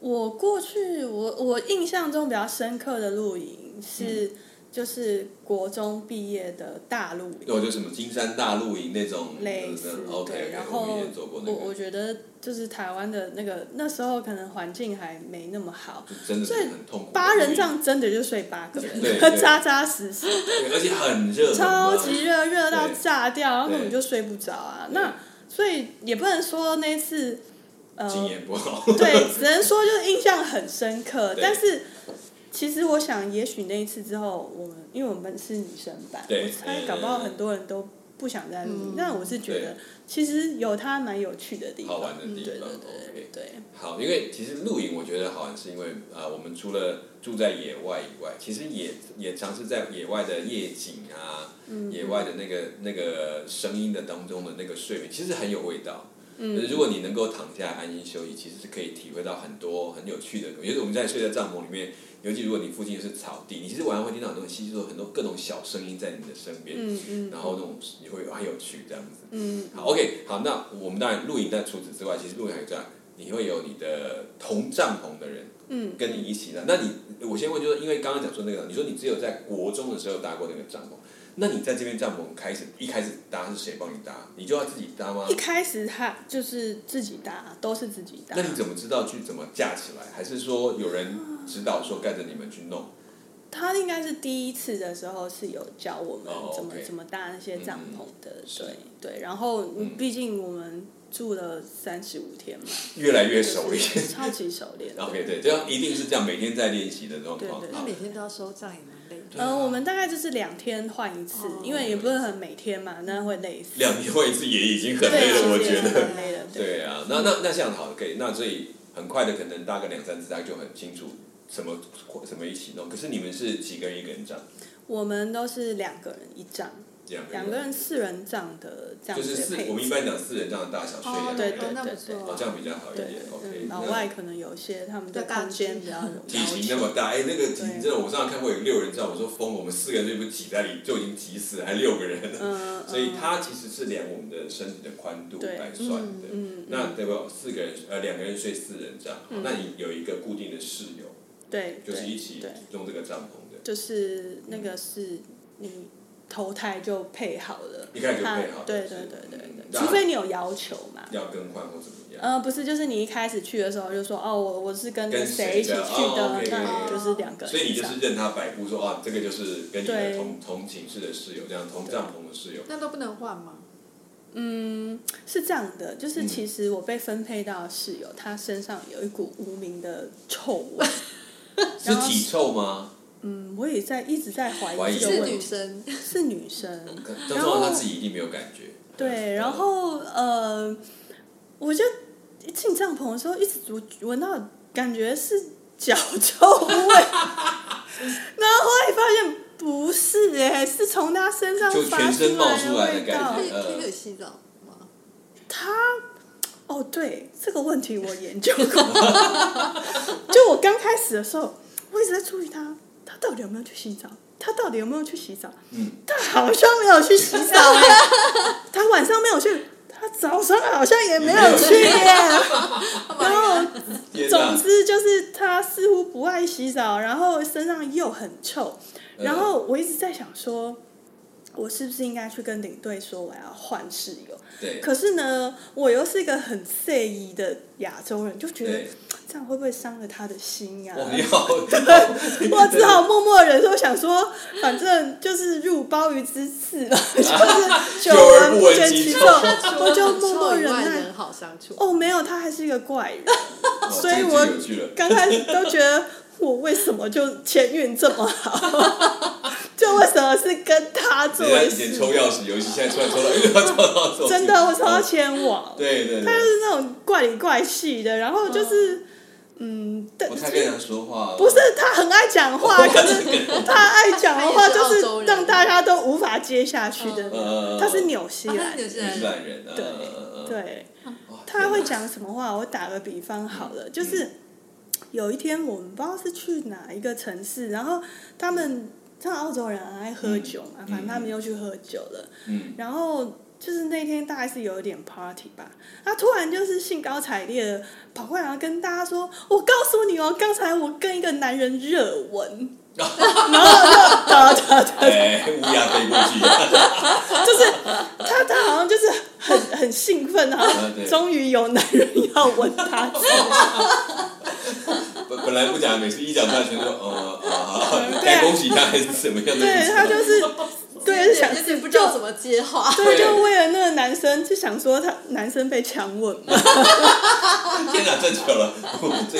Speaker 3: 我过去我我印象中比较深刻的露营
Speaker 1: 嗯
Speaker 3: 是、就是国中毕业的大露营，
Speaker 1: 有就什么金山大露营那种
Speaker 3: 类似
Speaker 1: o k
Speaker 3: 对，然
Speaker 1: 我
Speaker 3: 后
Speaker 1: 们也做过那
Speaker 3: 我我
Speaker 1: 个，
Speaker 3: 觉得就是台湾的那个那时候可能环境还没那么好，
Speaker 1: 就真的是很痛苦。
Speaker 3: 八人帐真的就睡八个
Speaker 1: 对
Speaker 3: 人，
Speaker 1: 对
Speaker 3: 扎扎实实，
Speaker 1: 对，而且很热，
Speaker 3: 超
Speaker 1: 很热
Speaker 3: 级热，热到
Speaker 1: 对
Speaker 3: 炸掉，然后根本
Speaker 1: 对
Speaker 3: 就睡不着啊。
Speaker 1: 对
Speaker 3: 那所以也不能说那次呃
Speaker 1: 经验不好。
Speaker 3: 对，只能说就是印象很深刻。
Speaker 1: 对
Speaker 3: 但是其实我想，也许那一次之后，我们因为我们是女生版，
Speaker 1: 对
Speaker 3: 我猜搞不好很多人都不想再录音
Speaker 2: 嗯。
Speaker 3: 但我是觉得，其实有它蛮有趣的地
Speaker 1: 好
Speaker 3: 方，
Speaker 1: 玩的地方
Speaker 3: 对对对
Speaker 1: OK
Speaker 3: 对对。
Speaker 1: 好，因为其实露营我觉得好玩，是因为呃，我们除了住在野外以外，其实也也尝试在野外的夜景啊，
Speaker 3: 嗯
Speaker 1: 野外的那个那个声音的当中的那个睡眠，其实很有味道。嗯，如果你能够躺下来安心休息，其实是可以体会到很多很有趣的。尤其是我们在睡在帐篷里面，尤其如果你附近是草地，你其实晚上会听到很多很稀稀疏疏很多各种小声音在你的身边，
Speaker 3: 嗯嗯
Speaker 1: 然后那种你会啊很有趣这样子。
Speaker 3: 嗯，
Speaker 1: 好，OK，好，那我们当然露营，但除此之外，其实露营还有这样，你会有你的同帐篷的人，
Speaker 3: 嗯，
Speaker 1: 跟你一起的。那你，我先问，就是因为刚刚讲说那个，你说你只有在国中的时候搭过那个帐篷，那你在这边帐篷开始一开始搭是谁帮你搭？你就要自己搭吗
Speaker 3: 一？开始他就是自己搭，都是自己搭
Speaker 1: 那。你怎么知道去怎么架起来？还是说有人指导说跟着你们去弄？
Speaker 3: 他应该是第一次的时候是有教我们
Speaker 1: 哦
Speaker 3: 怎么
Speaker 1: OK 嗯
Speaker 3: 怎么搭那些帐篷的，
Speaker 1: 是
Speaker 3: 对对。然后
Speaker 1: 嗯
Speaker 3: 毕竟我们住了三十五天嘛，
Speaker 1: 越来越熟练。
Speaker 3: 就是超级熟练。
Speaker 1: OK，对，这样一定是这样，每天在练习的状况。啊
Speaker 3: 对对
Speaker 2: 那
Speaker 1: 好
Speaker 2: 每天都要收帐也蛮累的。
Speaker 1: 对啊
Speaker 3: 呃，我们大概就是两天换一次
Speaker 2: 哦，嗯
Speaker 3: 因为也不是很每天嘛，那会累死。
Speaker 1: 两年换一次也已经很
Speaker 3: 对
Speaker 1: 累
Speaker 3: 啊，
Speaker 1: 了，我
Speaker 3: 其实
Speaker 1: 觉得。
Speaker 3: 很 累了，
Speaker 1: 对啊，那那那这样好，可以，那所以很快的，可能大概两三次，大家就很清楚什么什么一起弄。可是你们是几个人一个人这样？
Speaker 3: 我们都是两个人一张，
Speaker 1: 两个人
Speaker 3: 两个人四人帐的这样
Speaker 1: 就
Speaker 3: 子
Speaker 1: 是
Speaker 3: 的
Speaker 1: 四
Speaker 3: 配，置。
Speaker 1: 我们一般讲四人这样的大小，所以
Speaker 2: 哦
Speaker 1: 两，个
Speaker 3: 对
Speaker 1: 人
Speaker 3: 对
Speaker 2: 哦那
Speaker 3: 对
Speaker 2: 不
Speaker 3: 对
Speaker 1: 哦
Speaker 2: 错，
Speaker 1: 这样比较好一
Speaker 3: 对
Speaker 1: 点。OK，
Speaker 3: 嗯老
Speaker 1: 那
Speaker 3: 外可能有些他们的
Speaker 2: 大
Speaker 3: 空间
Speaker 2: 区
Speaker 3: 比较有
Speaker 1: 体型那
Speaker 3: 要求
Speaker 1: 么大，哎，那个体
Speaker 3: 对
Speaker 1: 型真的，我上次看过有六人照，我说疯，我们四个人就被挤在里就已经挤死了，还六个人，
Speaker 3: 嗯，
Speaker 1: 所以
Speaker 3: 嗯
Speaker 1: 它其实是量我们的身体的宽度
Speaker 3: 对
Speaker 1: 来算
Speaker 2: 嗯
Speaker 1: 的。
Speaker 3: 嗯，
Speaker 1: 那
Speaker 3: 嗯
Speaker 1: 对吧？四个人呃，两个人睡四人帐，
Speaker 3: 嗯
Speaker 1: 那你有一个固定的室友，
Speaker 3: 对，
Speaker 1: 就是
Speaker 3: 对
Speaker 1: 一起
Speaker 3: 对，
Speaker 1: 用这个帐篷的，
Speaker 3: 就是那个是你投胎就配好了，
Speaker 1: 一开始就
Speaker 3: 它
Speaker 1: 配好了
Speaker 3: 对
Speaker 1: 是
Speaker 3: 对对
Speaker 1: 嗯
Speaker 3: 对对，
Speaker 1: 那
Speaker 3: 除非你有要求嘛。
Speaker 1: 要更换或怎么样。
Speaker 3: 呃，不是，就是你一开始去的时候就说，哦，我我是跟
Speaker 1: 跟谁
Speaker 3: 谁一起去
Speaker 1: 的哦
Speaker 3: 的，
Speaker 1: ，OK，OK，OK
Speaker 3: 那你呃就是两个人上，
Speaker 1: 所以你就是任他摆布说啊，这个就是跟你的
Speaker 3: 对
Speaker 1: 同同寝室的室友，这样同帐篷的室友，
Speaker 2: 那都不能换吗？
Speaker 3: 嗯，是这样的，就是
Speaker 1: 嗯
Speaker 3: 其实我被分配到的室友，他身上有一股无名的臭味，
Speaker 1: 是
Speaker 3: 然后
Speaker 1: 体臭吗？
Speaker 3: 嗯，我也在一直在怀
Speaker 1: 怀疑嗯
Speaker 3: 疑这
Speaker 2: 是
Speaker 3: 个问
Speaker 2: 女
Speaker 3: 题，
Speaker 2: 生，
Speaker 3: 是女生，
Speaker 1: 但通常他自己一定没有感觉。
Speaker 3: 对，然后呃，我就一进帐篷的时候，一直闻闻到感觉是脚臭味，然 后后来发现不是哎、是从他身上
Speaker 1: 就
Speaker 3: 发
Speaker 1: 全身冒出来的
Speaker 3: 味
Speaker 1: 感
Speaker 3: 道
Speaker 1: 觉。
Speaker 2: 可以
Speaker 1: 呃
Speaker 2: 可以有洗澡 吗？
Speaker 3: 他哦，对这个问题我研究过， 就我刚开始的时候，我一直在注意他，他到底有没有去洗澡？他到底有没有去洗澡？
Speaker 1: 嗯，
Speaker 3: 他好像没有去洗澡 哎、他晚上没有去，他早上好像也没 有去耶、然后，
Speaker 1: 天哪
Speaker 3: 总之就是他似乎不爱洗澡，然后身上又很臭，
Speaker 1: 嗯
Speaker 3: 然后我一直在想说，我是不是应该去跟领队说我要换室友？
Speaker 1: 对，
Speaker 3: 可是呢，我又是一个很惬意的亚洲人，就觉得
Speaker 1: 对，
Speaker 3: 这样会不会伤了他 的心啊？
Speaker 1: 哇，你好，
Speaker 3: 我只好默默忍受，想说反正就是入鲍鱼之肆了， 就是 久闻不见其臭， 我就默默忍
Speaker 2: 除了以外
Speaker 3: 耐
Speaker 2: 人。好相处。
Speaker 3: 哦，没有，他还是一个怪人。
Speaker 1: 哇
Speaker 3: 所以
Speaker 1: 这个
Speaker 3: 我
Speaker 1: 就有趣了。
Speaker 3: 刚开始都觉得我为什么就前运这么好， 就为什么是跟他作
Speaker 1: 人家
Speaker 3: 为
Speaker 1: 以前
Speaker 3: 事
Speaker 1: 抽钥匙游戏，现在突然抽到，又要抽到手机
Speaker 3: 真的，我超到前往。
Speaker 1: 对对
Speaker 3: 他就
Speaker 1: 对，
Speaker 3: 是那种怪里怪气的，然后就是，嗯，但
Speaker 1: 不太跟人家说话。
Speaker 3: 不是他很爱讲话，可是他爱讲的话
Speaker 2: 他也是
Speaker 3: 就
Speaker 2: 澳洲
Speaker 3: 是
Speaker 2: 人
Speaker 3: 让大家都无法接下去的那
Speaker 1: 嗯
Speaker 3: 种。他是纽西
Speaker 2: 啊他
Speaker 3: 兰
Speaker 2: 是纽，西
Speaker 1: 纽西
Speaker 2: 兰人，
Speaker 1: 兰人啊，
Speaker 3: 对
Speaker 1: 嗯，
Speaker 3: 对，
Speaker 1: 嗯哇
Speaker 3: 他会讲什么话？我打个比方好了，就是有一天我们不知道是去哪一个城市，然后他们像澳洲人很爱喝酒嘛，
Speaker 1: 嗯
Speaker 3: 反正他们又去喝酒了，
Speaker 1: 嗯，
Speaker 3: 然后就是那天大概是有一点 party 吧，他突然就是兴高采烈的跑过来，然后跟大家说：“我告诉你哦，刚才我跟一个男人热吻。”然后就哒哒哒，
Speaker 1: 哎，乌鸦飞过去，
Speaker 3: 就是他他好像就是很很兴奋，好
Speaker 1: 啊对
Speaker 3: 像终于有男人要吻他之类的，
Speaker 1: 本本来不讲，每次一讲出来全都呃啊，
Speaker 3: 对
Speaker 1: 该恭喜他还是怎么样的？
Speaker 3: 对他就是 对想
Speaker 2: 有点不知道怎么接话。
Speaker 3: 对就为了那个男生就想说他男生被强吻 嘛，
Speaker 1: 天哪，这久了，这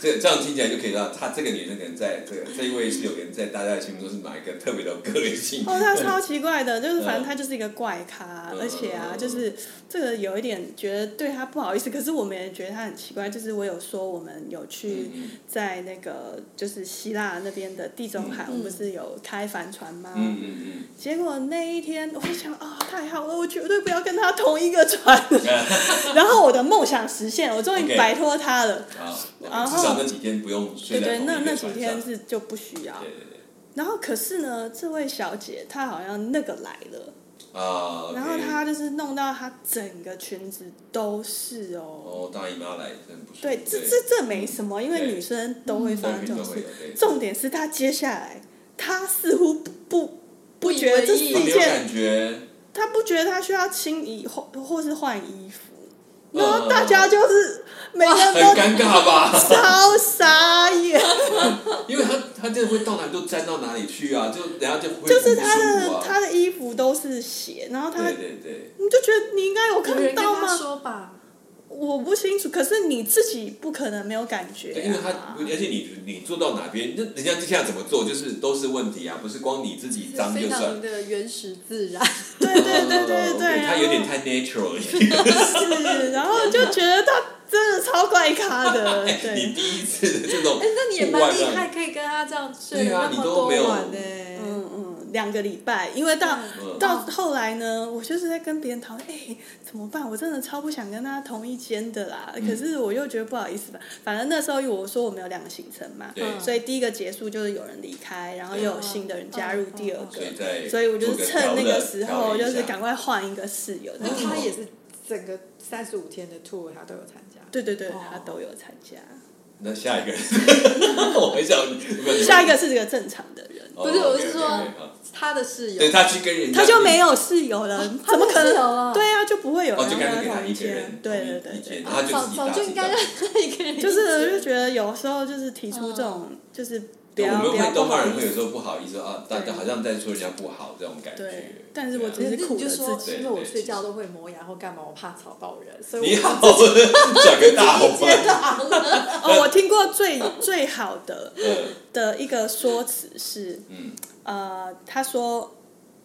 Speaker 1: 这这样听起来就可以知道，她这个女生可能在这个这一位是有人在大家的心目中是哪一个特别的个 性。
Speaker 3: 哦，他超奇怪的，就是反正他就是一个怪咖，
Speaker 1: 嗯
Speaker 3: 而且啊，
Speaker 1: 嗯
Speaker 3: 就是这个有一点觉得对他不好意思，可是我们也觉得他很奇怪，就是我有说我们有去
Speaker 1: 嗯
Speaker 3: 在那个就是希腊那边的地中海，
Speaker 2: 嗯
Speaker 3: 我们不是有开帆船吗？
Speaker 1: 嗯嗯
Speaker 3: 结果那一天我就想啊、太好了，我绝对不要跟他同一个 船，然后我的梦想实现，我终于
Speaker 1: OK
Speaker 3: 摆脱他了。
Speaker 1: 嗯，好，
Speaker 3: 然后
Speaker 1: 至少那几天不用睡在
Speaker 3: 对对，
Speaker 1: 同一
Speaker 3: 那
Speaker 1: 个
Speaker 3: 那
Speaker 1: 船
Speaker 3: 几
Speaker 1: 上。
Speaker 3: 天是就不需要
Speaker 1: 对。对对，
Speaker 3: 然后可是呢，这位小姐她好像那个来了。
Speaker 1: 啊，
Speaker 3: 然后她就是弄到她整个裙子都是哦。
Speaker 1: 哦大姨妈来真不舒服。
Speaker 3: 对，这这这没什么，因为
Speaker 1: 对
Speaker 3: 女生都会发生这种
Speaker 1: 都会
Speaker 3: 事
Speaker 1: 有对。
Speaker 3: 重点是她接下来，她似乎不不不觉得这是
Speaker 2: 不以为
Speaker 3: 一
Speaker 1: 没有
Speaker 3: 件，
Speaker 1: 感觉，
Speaker 3: 她不觉得她需要清理或或是换衣服，
Speaker 1: 嗯
Speaker 3: 然后大家就是每个人
Speaker 1: 很
Speaker 3: 都
Speaker 1: 尴尬吧？
Speaker 3: 超傻眼，
Speaker 1: 因为他他真的会到哪里都沾到哪里去啊，就人家就会
Speaker 3: 就是
Speaker 1: 很不
Speaker 3: 她
Speaker 1: 舒服
Speaker 3: 的
Speaker 1: 啊
Speaker 3: 她的衣服都是血，然后她
Speaker 1: 对对对，
Speaker 3: 你就觉得你应该有
Speaker 2: 有人
Speaker 3: 看
Speaker 2: 跟
Speaker 3: 到
Speaker 2: 他
Speaker 3: 吗？
Speaker 2: 说吧，
Speaker 3: 我不清楚，可是你自己不可能没有感觉、
Speaker 1: 对因为他
Speaker 3: 啊。
Speaker 1: 而且你你做到哪边，那人家接下来怎么做，就是都是问题啊，不是光你自己脏
Speaker 2: 非
Speaker 1: 就
Speaker 2: 常
Speaker 1: 算。
Speaker 2: 的原始自 然。
Speaker 3: 对对对对对，
Speaker 1: 他有点太 natural 了。
Speaker 3: 是，然后就觉得他真的超怪咖的，
Speaker 1: 你
Speaker 3: 对，
Speaker 1: 第一次这种，
Speaker 2: 哎，那你也蛮厉害，可以跟他这样睡
Speaker 1: 对
Speaker 2: 了
Speaker 1: 啊
Speaker 2: 那么多
Speaker 1: 你都没有
Speaker 2: 晚呢。
Speaker 3: 嗯嗯，两个礼拜，因为到、
Speaker 1: 嗯
Speaker 3: 到后来呢，我就是在跟别人讨论，哎、怎么办？我真的超不想跟他同一间的啦，可是我又觉得不好意思吧。反正那时候我说我们有两个行程嘛，
Speaker 1: 对
Speaker 3: 所以第一个结束就是有人离开，然后又有
Speaker 2: 嗯
Speaker 3: 新的人加入
Speaker 2: 嗯
Speaker 3: 第二个，
Speaker 1: 所以在
Speaker 3: 所以我就
Speaker 1: 做
Speaker 3: 是
Speaker 1: 个
Speaker 3: 趁那
Speaker 1: 调
Speaker 3: 个
Speaker 1: 整
Speaker 3: 时
Speaker 1: 调
Speaker 3: 候，
Speaker 1: 整一
Speaker 3: 就是
Speaker 1: 下
Speaker 3: 赶快换一个室友。
Speaker 2: 那他
Speaker 1: 哦
Speaker 2: 也是整个三十五天的 tour 他都有参加。
Speaker 3: 对对对，
Speaker 2: 哦
Speaker 3: 他都有参加。
Speaker 1: 那下一个， 我很想有没有
Speaker 3: 下一个是个正常的人，
Speaker 1: 哦
Speaker 2: 不是我
Speaker 1: OK，OK，
Speaker 2: 是说
Speaker 1: OK，好
Speaker 2: 他的室友，
Speaker 1: 对他去跟人家，
Speaker 3: 他就没有室友了，怎么可
Speaker 2: 他没有室友
Speaker 3: 能？
Speaker 2: 啊
Speaker 3: 对啊，就不会有
Speaker 1: 哦，就
Speaker 3: 人
Speaker 1: 干
Speaker 3: 跟
Speaker 1: 脆给他
Speaker 3: 同
Speaker 1: 一个
Speaker 3: 间
Speaker 1: 人，。嗯
Speaker 3: 对对
Speaker 1: 一
Speaker 3: 对
Speaker 1: 间
Speaker 3: 对，
Speaker 1: 然后他就
Speaker 2: 早
Speaker 1: 自己打自己
Speaker 2: 早就应该
Speaker 1: 打
Speaker 2: 让。他一个人一起，
Speaker 3: 就是我就觉得有时候就是提出这种，就是不
Speaker 1: 对，我
Speaker 3: 要
Speaker 1: 们
Speaker 3: 不要
Speaker 1: 会
Speaker 3: 不
Speaker 1: 东
Speaker 3: 好
Speaker 1: 方人
Speaker 3: 意
Speaker 1: 会有时
Speaker 3: 思。
Speaker 1: 候不好意思啊，大家好像在说人家不好这种感觉
Speaker 3: 对。但是我
Speaker 1: 对啊
Speaker 3: 只是
Speaker 2: 可
Speaker 3: 苦
Speaker 2: 你就
Speaker 3: 了
Speaker 2: 说哦
Speaker 3: 自，
Speaker 1: 己
Speaker 2: 因为我睡觉都会磨牙或干嘛，我怕吵到人，所以
Speaker 1: 你
Speaker 2: 我
Speaker 1: 好， 转个大红
Speaker 2: 一接到了。
Speaker 3: 哦，我听过最最好的
Speaker 1: 嗯
Speaker 3: 的一个说辞是，
Speaker 1: 嗯，
Speaker 3: 呃，他说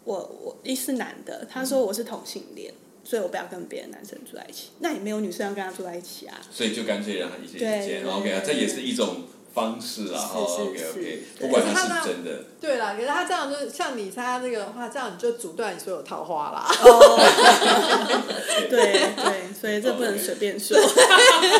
Speaker 3: 我我一是男的，他说我是同性恋，所以我不要跟别的男生住在一起。那也没有女生要跟他住在一起啊。
Speaker 1: 所以就干脆让他一些
Speaker 3: 对
Speaker 1: 一间
Speaker 3: 对
Speaker 1: ，OK 啊，这也是一种方式啦。
Speaker 3: 是
Speaker 1: 哦
Speaker 3: 是
Speaker 1: ，OK
Speaker 3: 是
Speaker 1: OK，
Speaker 3: 对
Speaker 1: 不管
Speaker 2: 可是
Speaker 1: 他
Speaker 2: 他
Speaker 1: 是真的，
Speaker 2: 对啦，可是他这样就是像你参加这个的话，这样你就阻断你所有桃花啦。
Speaker 3: 对对，所以这不能随便说，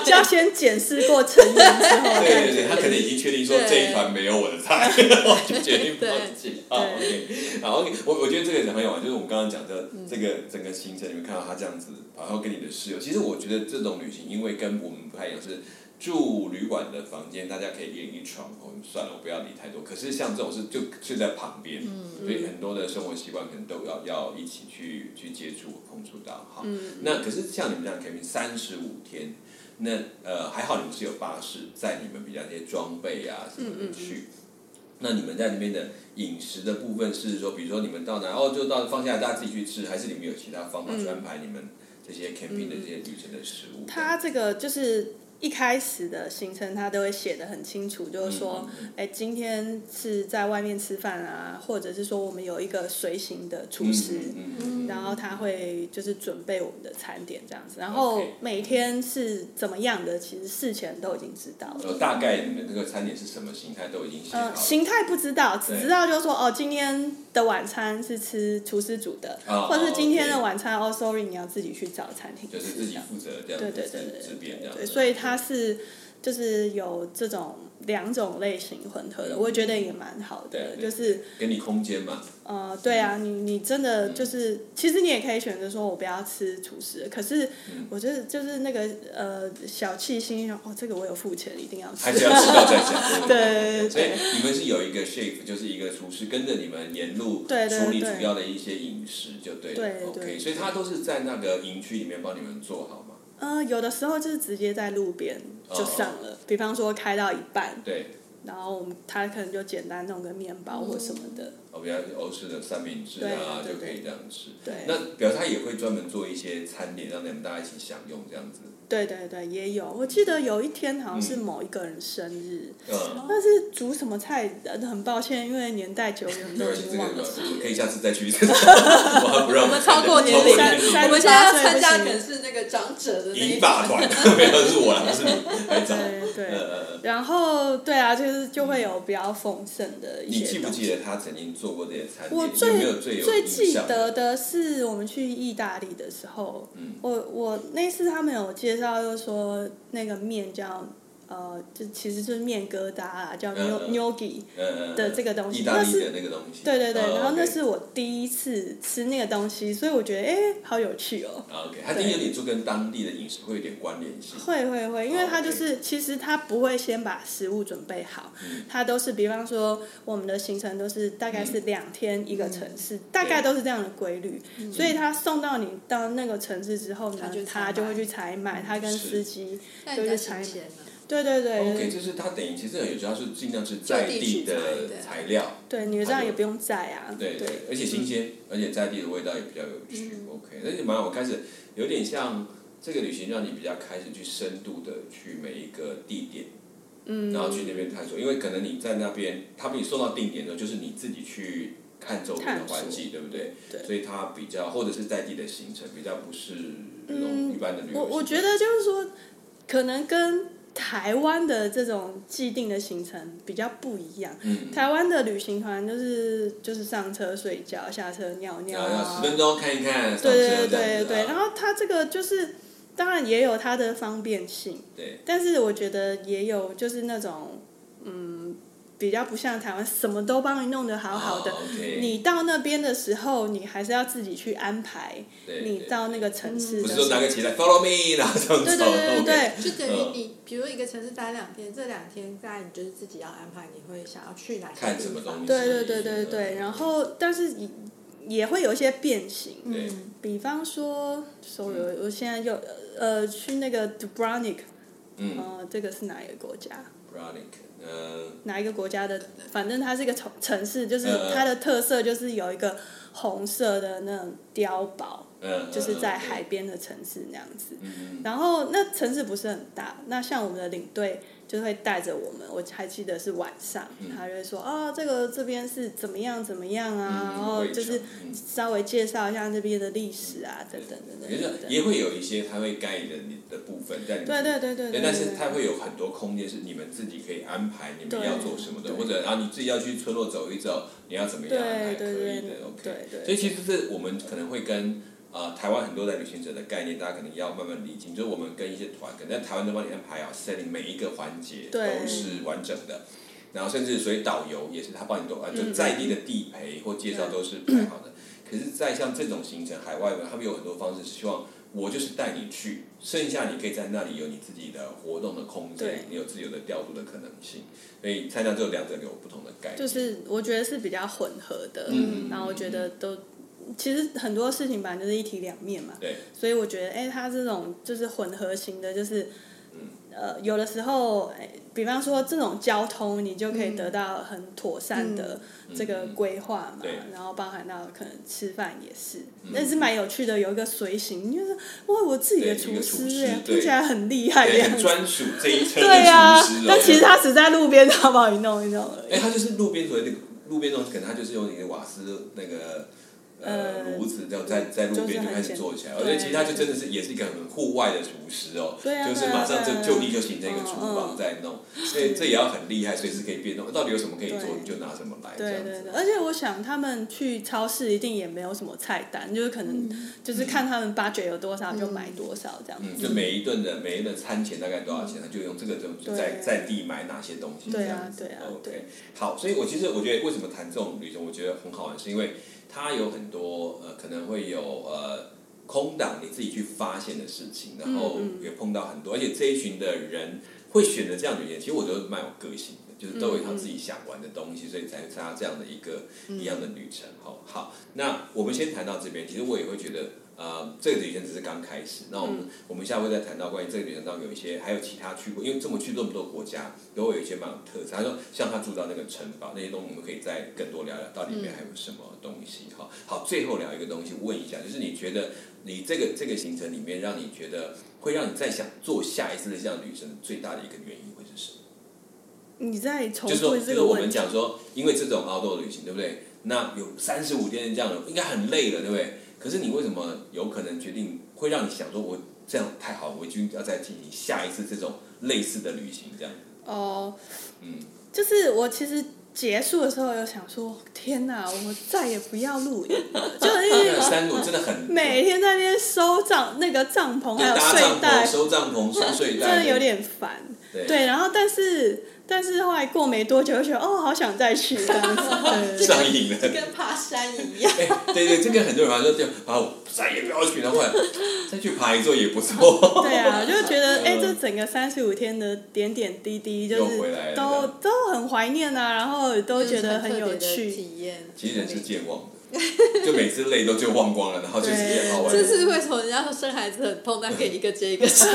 Speaker 3: 就要先检视过成员之后
Speaker 1: 哦对
Speaker 3: 再
Speaker 1: 对对，他可能已经确定说
Speaker 2: 对
Speaker 1: 这一团没有我的菜， 我就决定放弃。好，OK，好，OK，我我觉得这个很有玩，就是我们刚刚讲的这个整个行程，你们看到他这样子，然后跟你的室友，其实我觉得这种旅行，因为跟我们不太一样，是住旅馆的房间，大家可以一人一床，哦，算了，我不要理太多。可是像这种事就睡在旁边，所以很多的生活习惯可能都要要一起去去接触、碰触到。哈，那可是像你们这样 Kevin 三十五天。那呃，还好你们是有巴士载你们比较那些装备啊什么的
Speaker 3: 嗯
Speaker 1: 去。那你们在那边的饮食的部分是说，比如说你们到哪哦，就到放下来大家自己去吃，还是你们有其他方法去安排你们这些 camping 的这些旅程的食物？
Speaker 3: 嗯他这个就是一开始的行程，他都会写的很清楚，就是说，哎、今天是在外面吃饭啊，或者是说我们有一个随行的厨
Speaker 1: 嗯
Speaker 3: 师。
Speaker 1: 嗯嗯
Speaker 3: 然后他会就是准备我们的餐点这样子，然后
Speaker 1: OK
Speaker 3: 每天是怎么样的，其实事前都已经知道了。
Speaker 1: 呃，大概你们这个餐点是什么形态都已经写好
Speaker 3: 呃，
Speaker 1: 了。
Speaker 3: 形态不知道，只
Speaker 1: 对
Speaker 3: 知道就是说哦，今天的晚餐是吃厨师煮的，
Speaker 1: 哦
Speaker 3: 或者是今天的
Speaker 1: OK
Speaker 3: 晚餐哦，sorry，你要自己去找餐厅吃
Speaker 1: 就
Speaker 3: 的。
Speaker 1: 是自己负责这样
Speaker 3: 对
Speaker 1: 子
Speaker 3: 对对对
Speaker 1: 自自编这
Speaker 3: 对
Speaker 1: 样
Speaker 3: 对，
Speaker 1: 子。
Speaker 3: 所以它是就是有这种两种类型混合的，我觉得也蛮好
Speaker 1: 对
Speaker 3: 的。
Speaker 1: 对
Speaker 3: 就是
Speaker 1: 给你空间嘛，
Speaker 3: 呃，对啊，你你真的就是，其实你也可以选择说我不要吃厨师，可是我就是就是那个呃小气心，哦，这个我有付钱，一定要吃
Speaker 1: 还。是要吃到再讲。
Speaker 3: 对对对
Speaker 1: 所以你们是有一个 chef，就是一个厨师跟着你们沿路
Speaker 3: 对对
Speaker 1: 处理
Speaker 3: 对
Speaker 1: 主要的一些饮食就对了。
Speaker 3: 对对
Speaker 1: OK，所以他都是在那个营区里面帮你们做好嘛。
Speaker 3: 呃，有的时候就是直接在路边
Speaker 1: 哦
Speaker 3: 就上了，比方说开到一半，
Speaker 1: 对，
Speaker 3: 然后我们他可能就简单弄个面包或什么的，
Speaker 1: 哦，比较欧式的三明治啊，
Speaker 3: 对对
Speaker 1: 就可以这样吃。
Speaker 3: 对
Speaker 1: 那表示他也会专门做一些餐点，让你们大家一起享用这样子。
Speaker 3: 对对对，也有。我记得有一天好像是某一个人生日，
Speaker 1: 嗯，
Speaker 3: 但是煮什么菜，呃很抱歉，因为年代久远，
Speaker 1: 没
Speaker 3: 都
Speaker 1: 关
Speaker 3: 已
Speaker 1: 系，
Speaker 3: 经
Speaker 1: 这个
Speaker 3: 忘记。
Speaker 1: 可以下次再去一次。 我还不让
Speaker 2: 我们超过年龄
Speaker 1: 超过
Speaker 3: 三
Speaker 2: 我们
Speaker 3: 三
Speaker 2: 现在要
Speaker 3: 对不
Speaker 2: 参加
Speaker 3: 行
Speaker 2: 可能是那个长者的那
Speaker 1: 银
Speaker 2: 一
Speaker 1: 发
Speaker 2: 团。
Speaker 1: 团，没有是我啦，是你来找。
Speaker 3: 对对。
Speaker 1: 呃。
Speaker 3: 然后对啊，就是就会有比较丰盛的一
Speaker 1: 你
Speaker 3: 些
Speaker 1: 记不
Speaker 3: 东
Speaker 1: 记
Speaker 3: 西。
Speaker 1: 得他曾经做过这些餐点？
Speaker 3: 我
Speaker 1: 有没有
Speaker 3: 最
Speaker 1: 有
Speaker 3: 最
Speaker 1: 印
Speaker 3: 记
Speaker 1: 象
Speaker 3: 得的是我们去意大利的时候，
Speaker 1: 嗯
Speaker 3: 我我那次他们有介绍，就是说那个面叫呃，就其实就是面疙瘩啊，叫
Speaker 1: 嗯嗯
Speaker 3: gnocchi
Speaker 1: 呃
Speaker 3: 的这个东西
Speaker 1: 意大利
Speaker 3: 那是
Speaker 1: 的那个东西。
Speaker 3: 对对对，
Speaker 1: 哦
Speaker 3: 然后那
Speaker 1: OK
Speaker 3: 是我第一次吃那个东西，所以我觉得哎、诶好有趣哦。
Speaker 1: 啊 OK，它定
Speaker 3: 对
Speaker 1: 有点就跟当地的饮食会有点关联性。
Speaker 3: 会会会，因为它就
Speaker 1: OK
Speaker 3: 是其实它不会先把食物准备好，
Speaker 1: 嗯
Speaker 3: 它都是比方说我们的行程都是大概是两天一个城
Speaker 1: 嗯
Speaker 3: 市，大概都是这样的规律，所以它送到你到那个城市之后呢
Speaker 2: 它就，采
Speaker 3: 他就会
Speaker 2: 买
Speaker 3: 去采买，他跟
Speaker 1: 嗯是
Speaker 3: 司机
Speaker 2: 那
Speaker 3: 就
Speaker 2: 你
Speaker 3: 去
Speaker 2: 在
Speaker 3: 采
Speaker 2: 新
Speaker 3: 买，
Speaker 2: 鲜呢？
Speaker 3: 对对对
Speaker 1: OK，就是它等于其实有时候它是尽量是在
Speaker 2: 就地
Speaker 1: 地
Speaker 2: 取材
Speaker 1: 的
Speaker 2: 对
Speaker 1: 材料，
Speaker 3: 对，你这样也不用载啊，
Speaker 1: 对对，而且新
Speaker 3: 嗯
Speaker 1: 鲜，而且在地的味道也比较有趣。OK，那就蛮好，开始有点像这个旅行让你比较开始去深度的去每一个地点。
Speaker 3: 嗯
Speaker 1: 然后去那边探索，因为可能你在那边，他比你送到定点的时候，就是你自己去看周边的环境，对不对？
Speaker 3: 对
Speaker 1: 所以它比较或者是在地的行程比较不是那种
Speaker 3: 嗯
Speaker 1: 一般的旅游行程、
Speaker 3: 我我觉得就是说，可能跟台湾的这种既定的行程比较不一样。
Speaker 1: 嗯，
Speaker 3: 台湾的旅行团就是就是上车睡觉，下车尿尿
Speaker 1: 要要十
Speaker 3: 啊，
Speaker 1: 分钟看一看，上
Speaker 3: 对
Speaker 1: 车
Speaker 3: 对
Speaker 1: 这样
Speaker 3: 对
Speaker 1: 子
Speaker 3: 对，然
Speaker 1: 啊
Speaker 3: 后它这个就是，当然也有它的方便性，
Speaker 1: 对，
Speaker 3: 但是我觉得也有就是那种，嗯，比较不像台湾什么都帮你弄得好好的，
Speaker 1: 哦，OK
Speaker 3: 你到那边的时候，你还是要自己去安排，
Speaker 1: 对
Speaker 3: 你到那个城市
Speaker 1: 不
Speaker 3: 的
Speaker 1: 是
Speaker 3: 时
Speaker 1: 说
Speaker 3: 候，
Speaker 1: 拿个起来 follow me，然后这样
Speaker 3: 对对
Speaker 1: 走
Speaker 3: 对对对
Speaker 1: ，OK，
Speaker 2: 就等
Speaker 1: 嗯
Speaker 2: 于你，比如一个城市待两天，这两天大概你就是自己要安排，你会想要去哪些
Speaker 1: 看什
Speaker 2: 地
Speaker 1: 么东
Speaker 2: 方
Speaker 1: 西，
Speaker 3: 对对对对对，然后但是也也会有一些变形，
Speaker 1: 对
Speaker 2: 嗯，
Speaker 3: 比方说，sorry，我我现在又呃去那个 Dubrovnik，
Speaker 1: 嗯
Speaker 3: 呃，这个是哪一个国家？
Speaker 1: ，Bronic，嗯，
Speaker 3: 哪一个国家的？反正它是一个城城市，就是
Speaker 1: 嗯嗯
Speaker 3: 它的特色就是有一个红色的那种碉堡，
Speaker 1: 嗯，
Speaker 3: 就是在
Speaker 1: 嗯
Speaker 3: 海，边的城市那样子。
Speaker 1: 嗯嗯
Speaker 3: 然后那城市不是很大，那像我们的领队就会带着我们，我还记得是晚上，
Speaker 1: 嗯
Speaker 3: 他就会说哦，这个这边是怎么样怎么样啊，
Speaker 1: 嗯
Speaker 3: 然后
Speaker 1: 会
Speaker 3: 就是
Speaker 1: 讲嗯
Speaker 3: 稍微介绍一下这边的历史啊，等等等
Speaker 1: 可
Speaker 3: 等
Speaker 1: 是
Speaker 3: 等等。
Speaker 1: 也会有一些他会 guide 你的部分在你
Speaker 3: 对啊对对对
Speaker 1: 对，
Speaker 3: 对，
Speaker 1: 但是
Speaker 3: 对
Speaker 1: 它会有很多空间是你们自己可以安排，你们要做什么的，
Speaker 3: 对
Speaker 1: 或者然后你自己要去村落走一走，你要怎么样安排
Speaker 3: 对对
Speaker 1: 可以
Speaker 3: 对
Speaker 1: 的，OK。
Speaker 3: 对对
Speaker 1: 所以其实是我们可能会跟呃台湾很多的旅行者的概念，大家可能要慢慢理清，就是我们跟一些团，可能在台湾都帮你安排好 setting 每一个环节
Speaker 3: 对
Speaker 1: 都是完整的。然后甚至所以导游也是他帮你都啊，
Speaker 3: 嗯
Speaker 1: 就在地的地陪或介绍都是排好的。可是，在像这种行程，海外嘛，他们有很多方式是希望我就是带你去，剩下你可以在那里有你自己的活动的空间
Speaker 3: 对，
Speaker 1: 你有自由的调度的可能性。所以参加这两者有不同的概念。
Speaker 3: 就是我觉得是比较混合的，
Speaker 1: 嗯
Speaker 3: 然后我觉得都其实很多事情本来就是一体两面嘛，
Speaker 1: 对，
Speaker 3: 所以我觉得哎，它这种就是混合型的，就是。
Speaker 1: 嗯
Speaker 3: 呃，有的时候，哎，比方说这种交通，你就可以得到很妥善的这个规划嘛，
Speaker 1: 嗯对嗯
Speaker 3: 然后包含到可能吃饭也是，但是蛮有趣的，有一个随行，就是哇，我自己的
Speaker 1: 对一个厨
Speaker 3: 师
Speaker 1: 师
Speaker 3: 哎，
Speaker 1: 对
Speaker 3: 听起来很厉害的
Speaker 1: 对
Speaker 3: 样
Speaker 1: 哎很
Speaker 3: 子，
Speaker 1: 专属这一圈的
Speaker 3: 对啊
Speaker 1: 厨师哦。，
Speaker 3: 但其实他只在路边，他帮你弄一弄而已。
Speaker 1: 哎，他就是路边所谓的路边那种，可能他就是用你的瓦斯那个呃
Speaker 3: 呃
Speaker 1: 炉子，然后在在路边
Speaker 3: 就是
Speaker 1: 就
Speaker 3: 很
Speaker 1: 开始
Speaker 3: 简
Speaker 1: 做起来。
Speaker 3: 对
Speaker 1: 我觉得其实他就真的是也是一个很户外的厨师哦，
Speaker 3: 对啊
Speaker 1: 就是
Speaker 3: 对啊
Speaker 1: 马上
Speaker 3: 对
Speaker 1: 就
Speaker 3: 啊
Speaker 1: 就地就形成一个厨
Speaker 3: 嗯
Speaker 1: 房
Speaker 3: 嗯
Speaker 1: 在弄，所以这也要很厉害，随时可以变动。到底有什么可以做，
Speaker 3: 对
Speaker 1: 你就拿什么来这
Speaker 3: 对
Speaker 1: 样
Speaker 3: 对
Speaker 1: 子
Speaker 3: 对，。而且我想他们去超市一定也没有什么菜单，就是可能就是看他们 budget 有多少就买多少这样
Speaker 1: 嗯，
Speaker 3: 子。
Speaker 1: 就每一顿的每一顿餐钱大概多少钱，他就用这个东西
Speaker 3: 对
Speaker 1: 在在地买哪些东西这
Speaker 3: 对啊
Speaker 1: 样子。
Speaker 3: 对啊
Speaker 1: OK，
Speaker 3: 对
Speaker 1: 好，所以我其实我觉得为什么谈这种旅程，我觉得很好玩，是因为它有很多呃可能会有呃空档你自己去发现的事情，然后
Speaker 3: 嗯嗯
Speaker 1: 也碰到很多，而且这一群的人会选择这样的人，其实我觉得蛮有个性的，就是都有他自己想玩的东西，所以才参加这样的一个一样的旅程。好，好，那我们先谈到这边，其实我也会觉得。呃，这个旅程只是刚开始，那我们、我们下回再谈到关于这个旅程当中有一些，还有其他去过，因为这么去这么多国家，都会有一些蛮有特色。他说，像他住到那个城堡那些东西，我们可以再更多聊聊，到底里面还有什么东西哈、好，最后聊一个东西，问一下，就是你觉得你这个这个行程里面，让你觉得会让你再想做下一次的这样旅程，最大的一个原因会是什么？
Speaker 3: 你再重
Speaker 1: 就是说，
Speaker 3: 复
Speaker 1: 就
Speaker 3: 哦这
Speaker 1: 是
Speaker 3: 个
Speaker 1: 我
Speaker 3: 问
Speaker 1: 们
Speaker 3: 题，
Speaker 1: 讲说，因为这种 outdoor 旅行，对不对？那有三十五天这样的，应该很累了，对不对？可是你为什么有可能决定会让你想说，我这样太好，我已经要再进行下一次这种类似的旅行，这样？
Speaker 3: 哦，
Speaker 1: 嗯，
Speaker 3: 就是我其实结束的时候有想说，天哪，我再也不要露营了，就是因为
Speaker 1: 那三我真的 很
Speaker 3: 每天在那边收帐那个帐篷
Speaker 1: 就
Speaker 3: 还有
Speaker 1: 搭
Speaker 3: 睡
Speaker 1: 帐
Speaker 3: 袋
Speaker 1: 篷、，收帐篷、收睡
Speaker 3: 真
Speaker 1: 袋，
Speaker 3: 的有点烦。
Speaker 1: 对。
Speaker 3: 对，然后但是但是后来过没多久，就觉得哦，好想再去 这样子。对对对
Speaker 1: 上瘾了，
Speaker 2: 跟爬山一样。
Speaker 1: 哎，对对，这个很多人好像就啊，我再也不要去了，或者再去爬一座也不错。
Speaker 3: 对啊，就觉得
Speaker 1: 嗯
Speaker 3: 哎、这整个三十五天的点点滴滴， 就
Speaker 1: 又回来了
Speaker 3: 是都都很怀念啊，然后 都觉得很有
Speaker 2: 就是特别的
Speaker 3: 趣。
Speaker 2: 体验。
Speaker 1: 其实人是健忘的，就每次累都就忘光了，然后就是一件好玩
Speaker 2: 这
Speaker 1: 的，
Speaker 2: 是为什么人家说生孩子很痛，但可以一个接一个 生。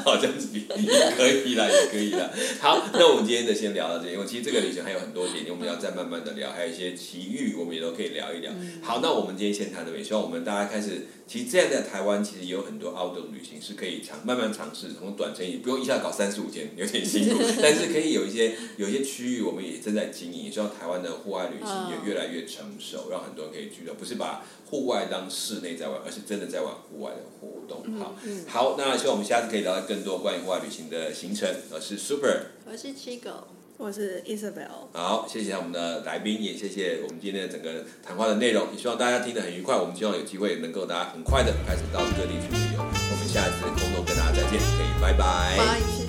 Speaker 1: 好像是也可以啦，也可以啦。 好，那我们今天就先聊到这里，因为其实这个旅程还有很多点，我们要再慢慢的聊，还有一些奇遇，我们也都可以聊一聊。好，那我们今天先谈到这里，希望我们大家开始，其实这样在台湾其实也有很多 outdoor 旅行是可以尝慢慢尝试，从短程也不用一下搞三十五天，有点辛苦，但是可以有一些有一些区域我们也正在经营，也希望台湾的户外旅行也越来越成熟。手，让很多人可以聚到，不是把户外当室内在玩，而是真的在玩户外的活动。好，好，那希望我们下次可以聊到更多关于户外旅行的行程。我是 Super，
Speaker 2: 我是七狗，
Speaker 3: 我是 Isabel，
Speaker 1: 好，谢谢我们的来宾，也谢谢我们今天的整个谈话的内容，也希望大家听得很愉快。我们希望有机会能够大家很快的开始到各地去旅游。我们下次空中跟大家再见，可以拜拜。
Speaker 2: 拜。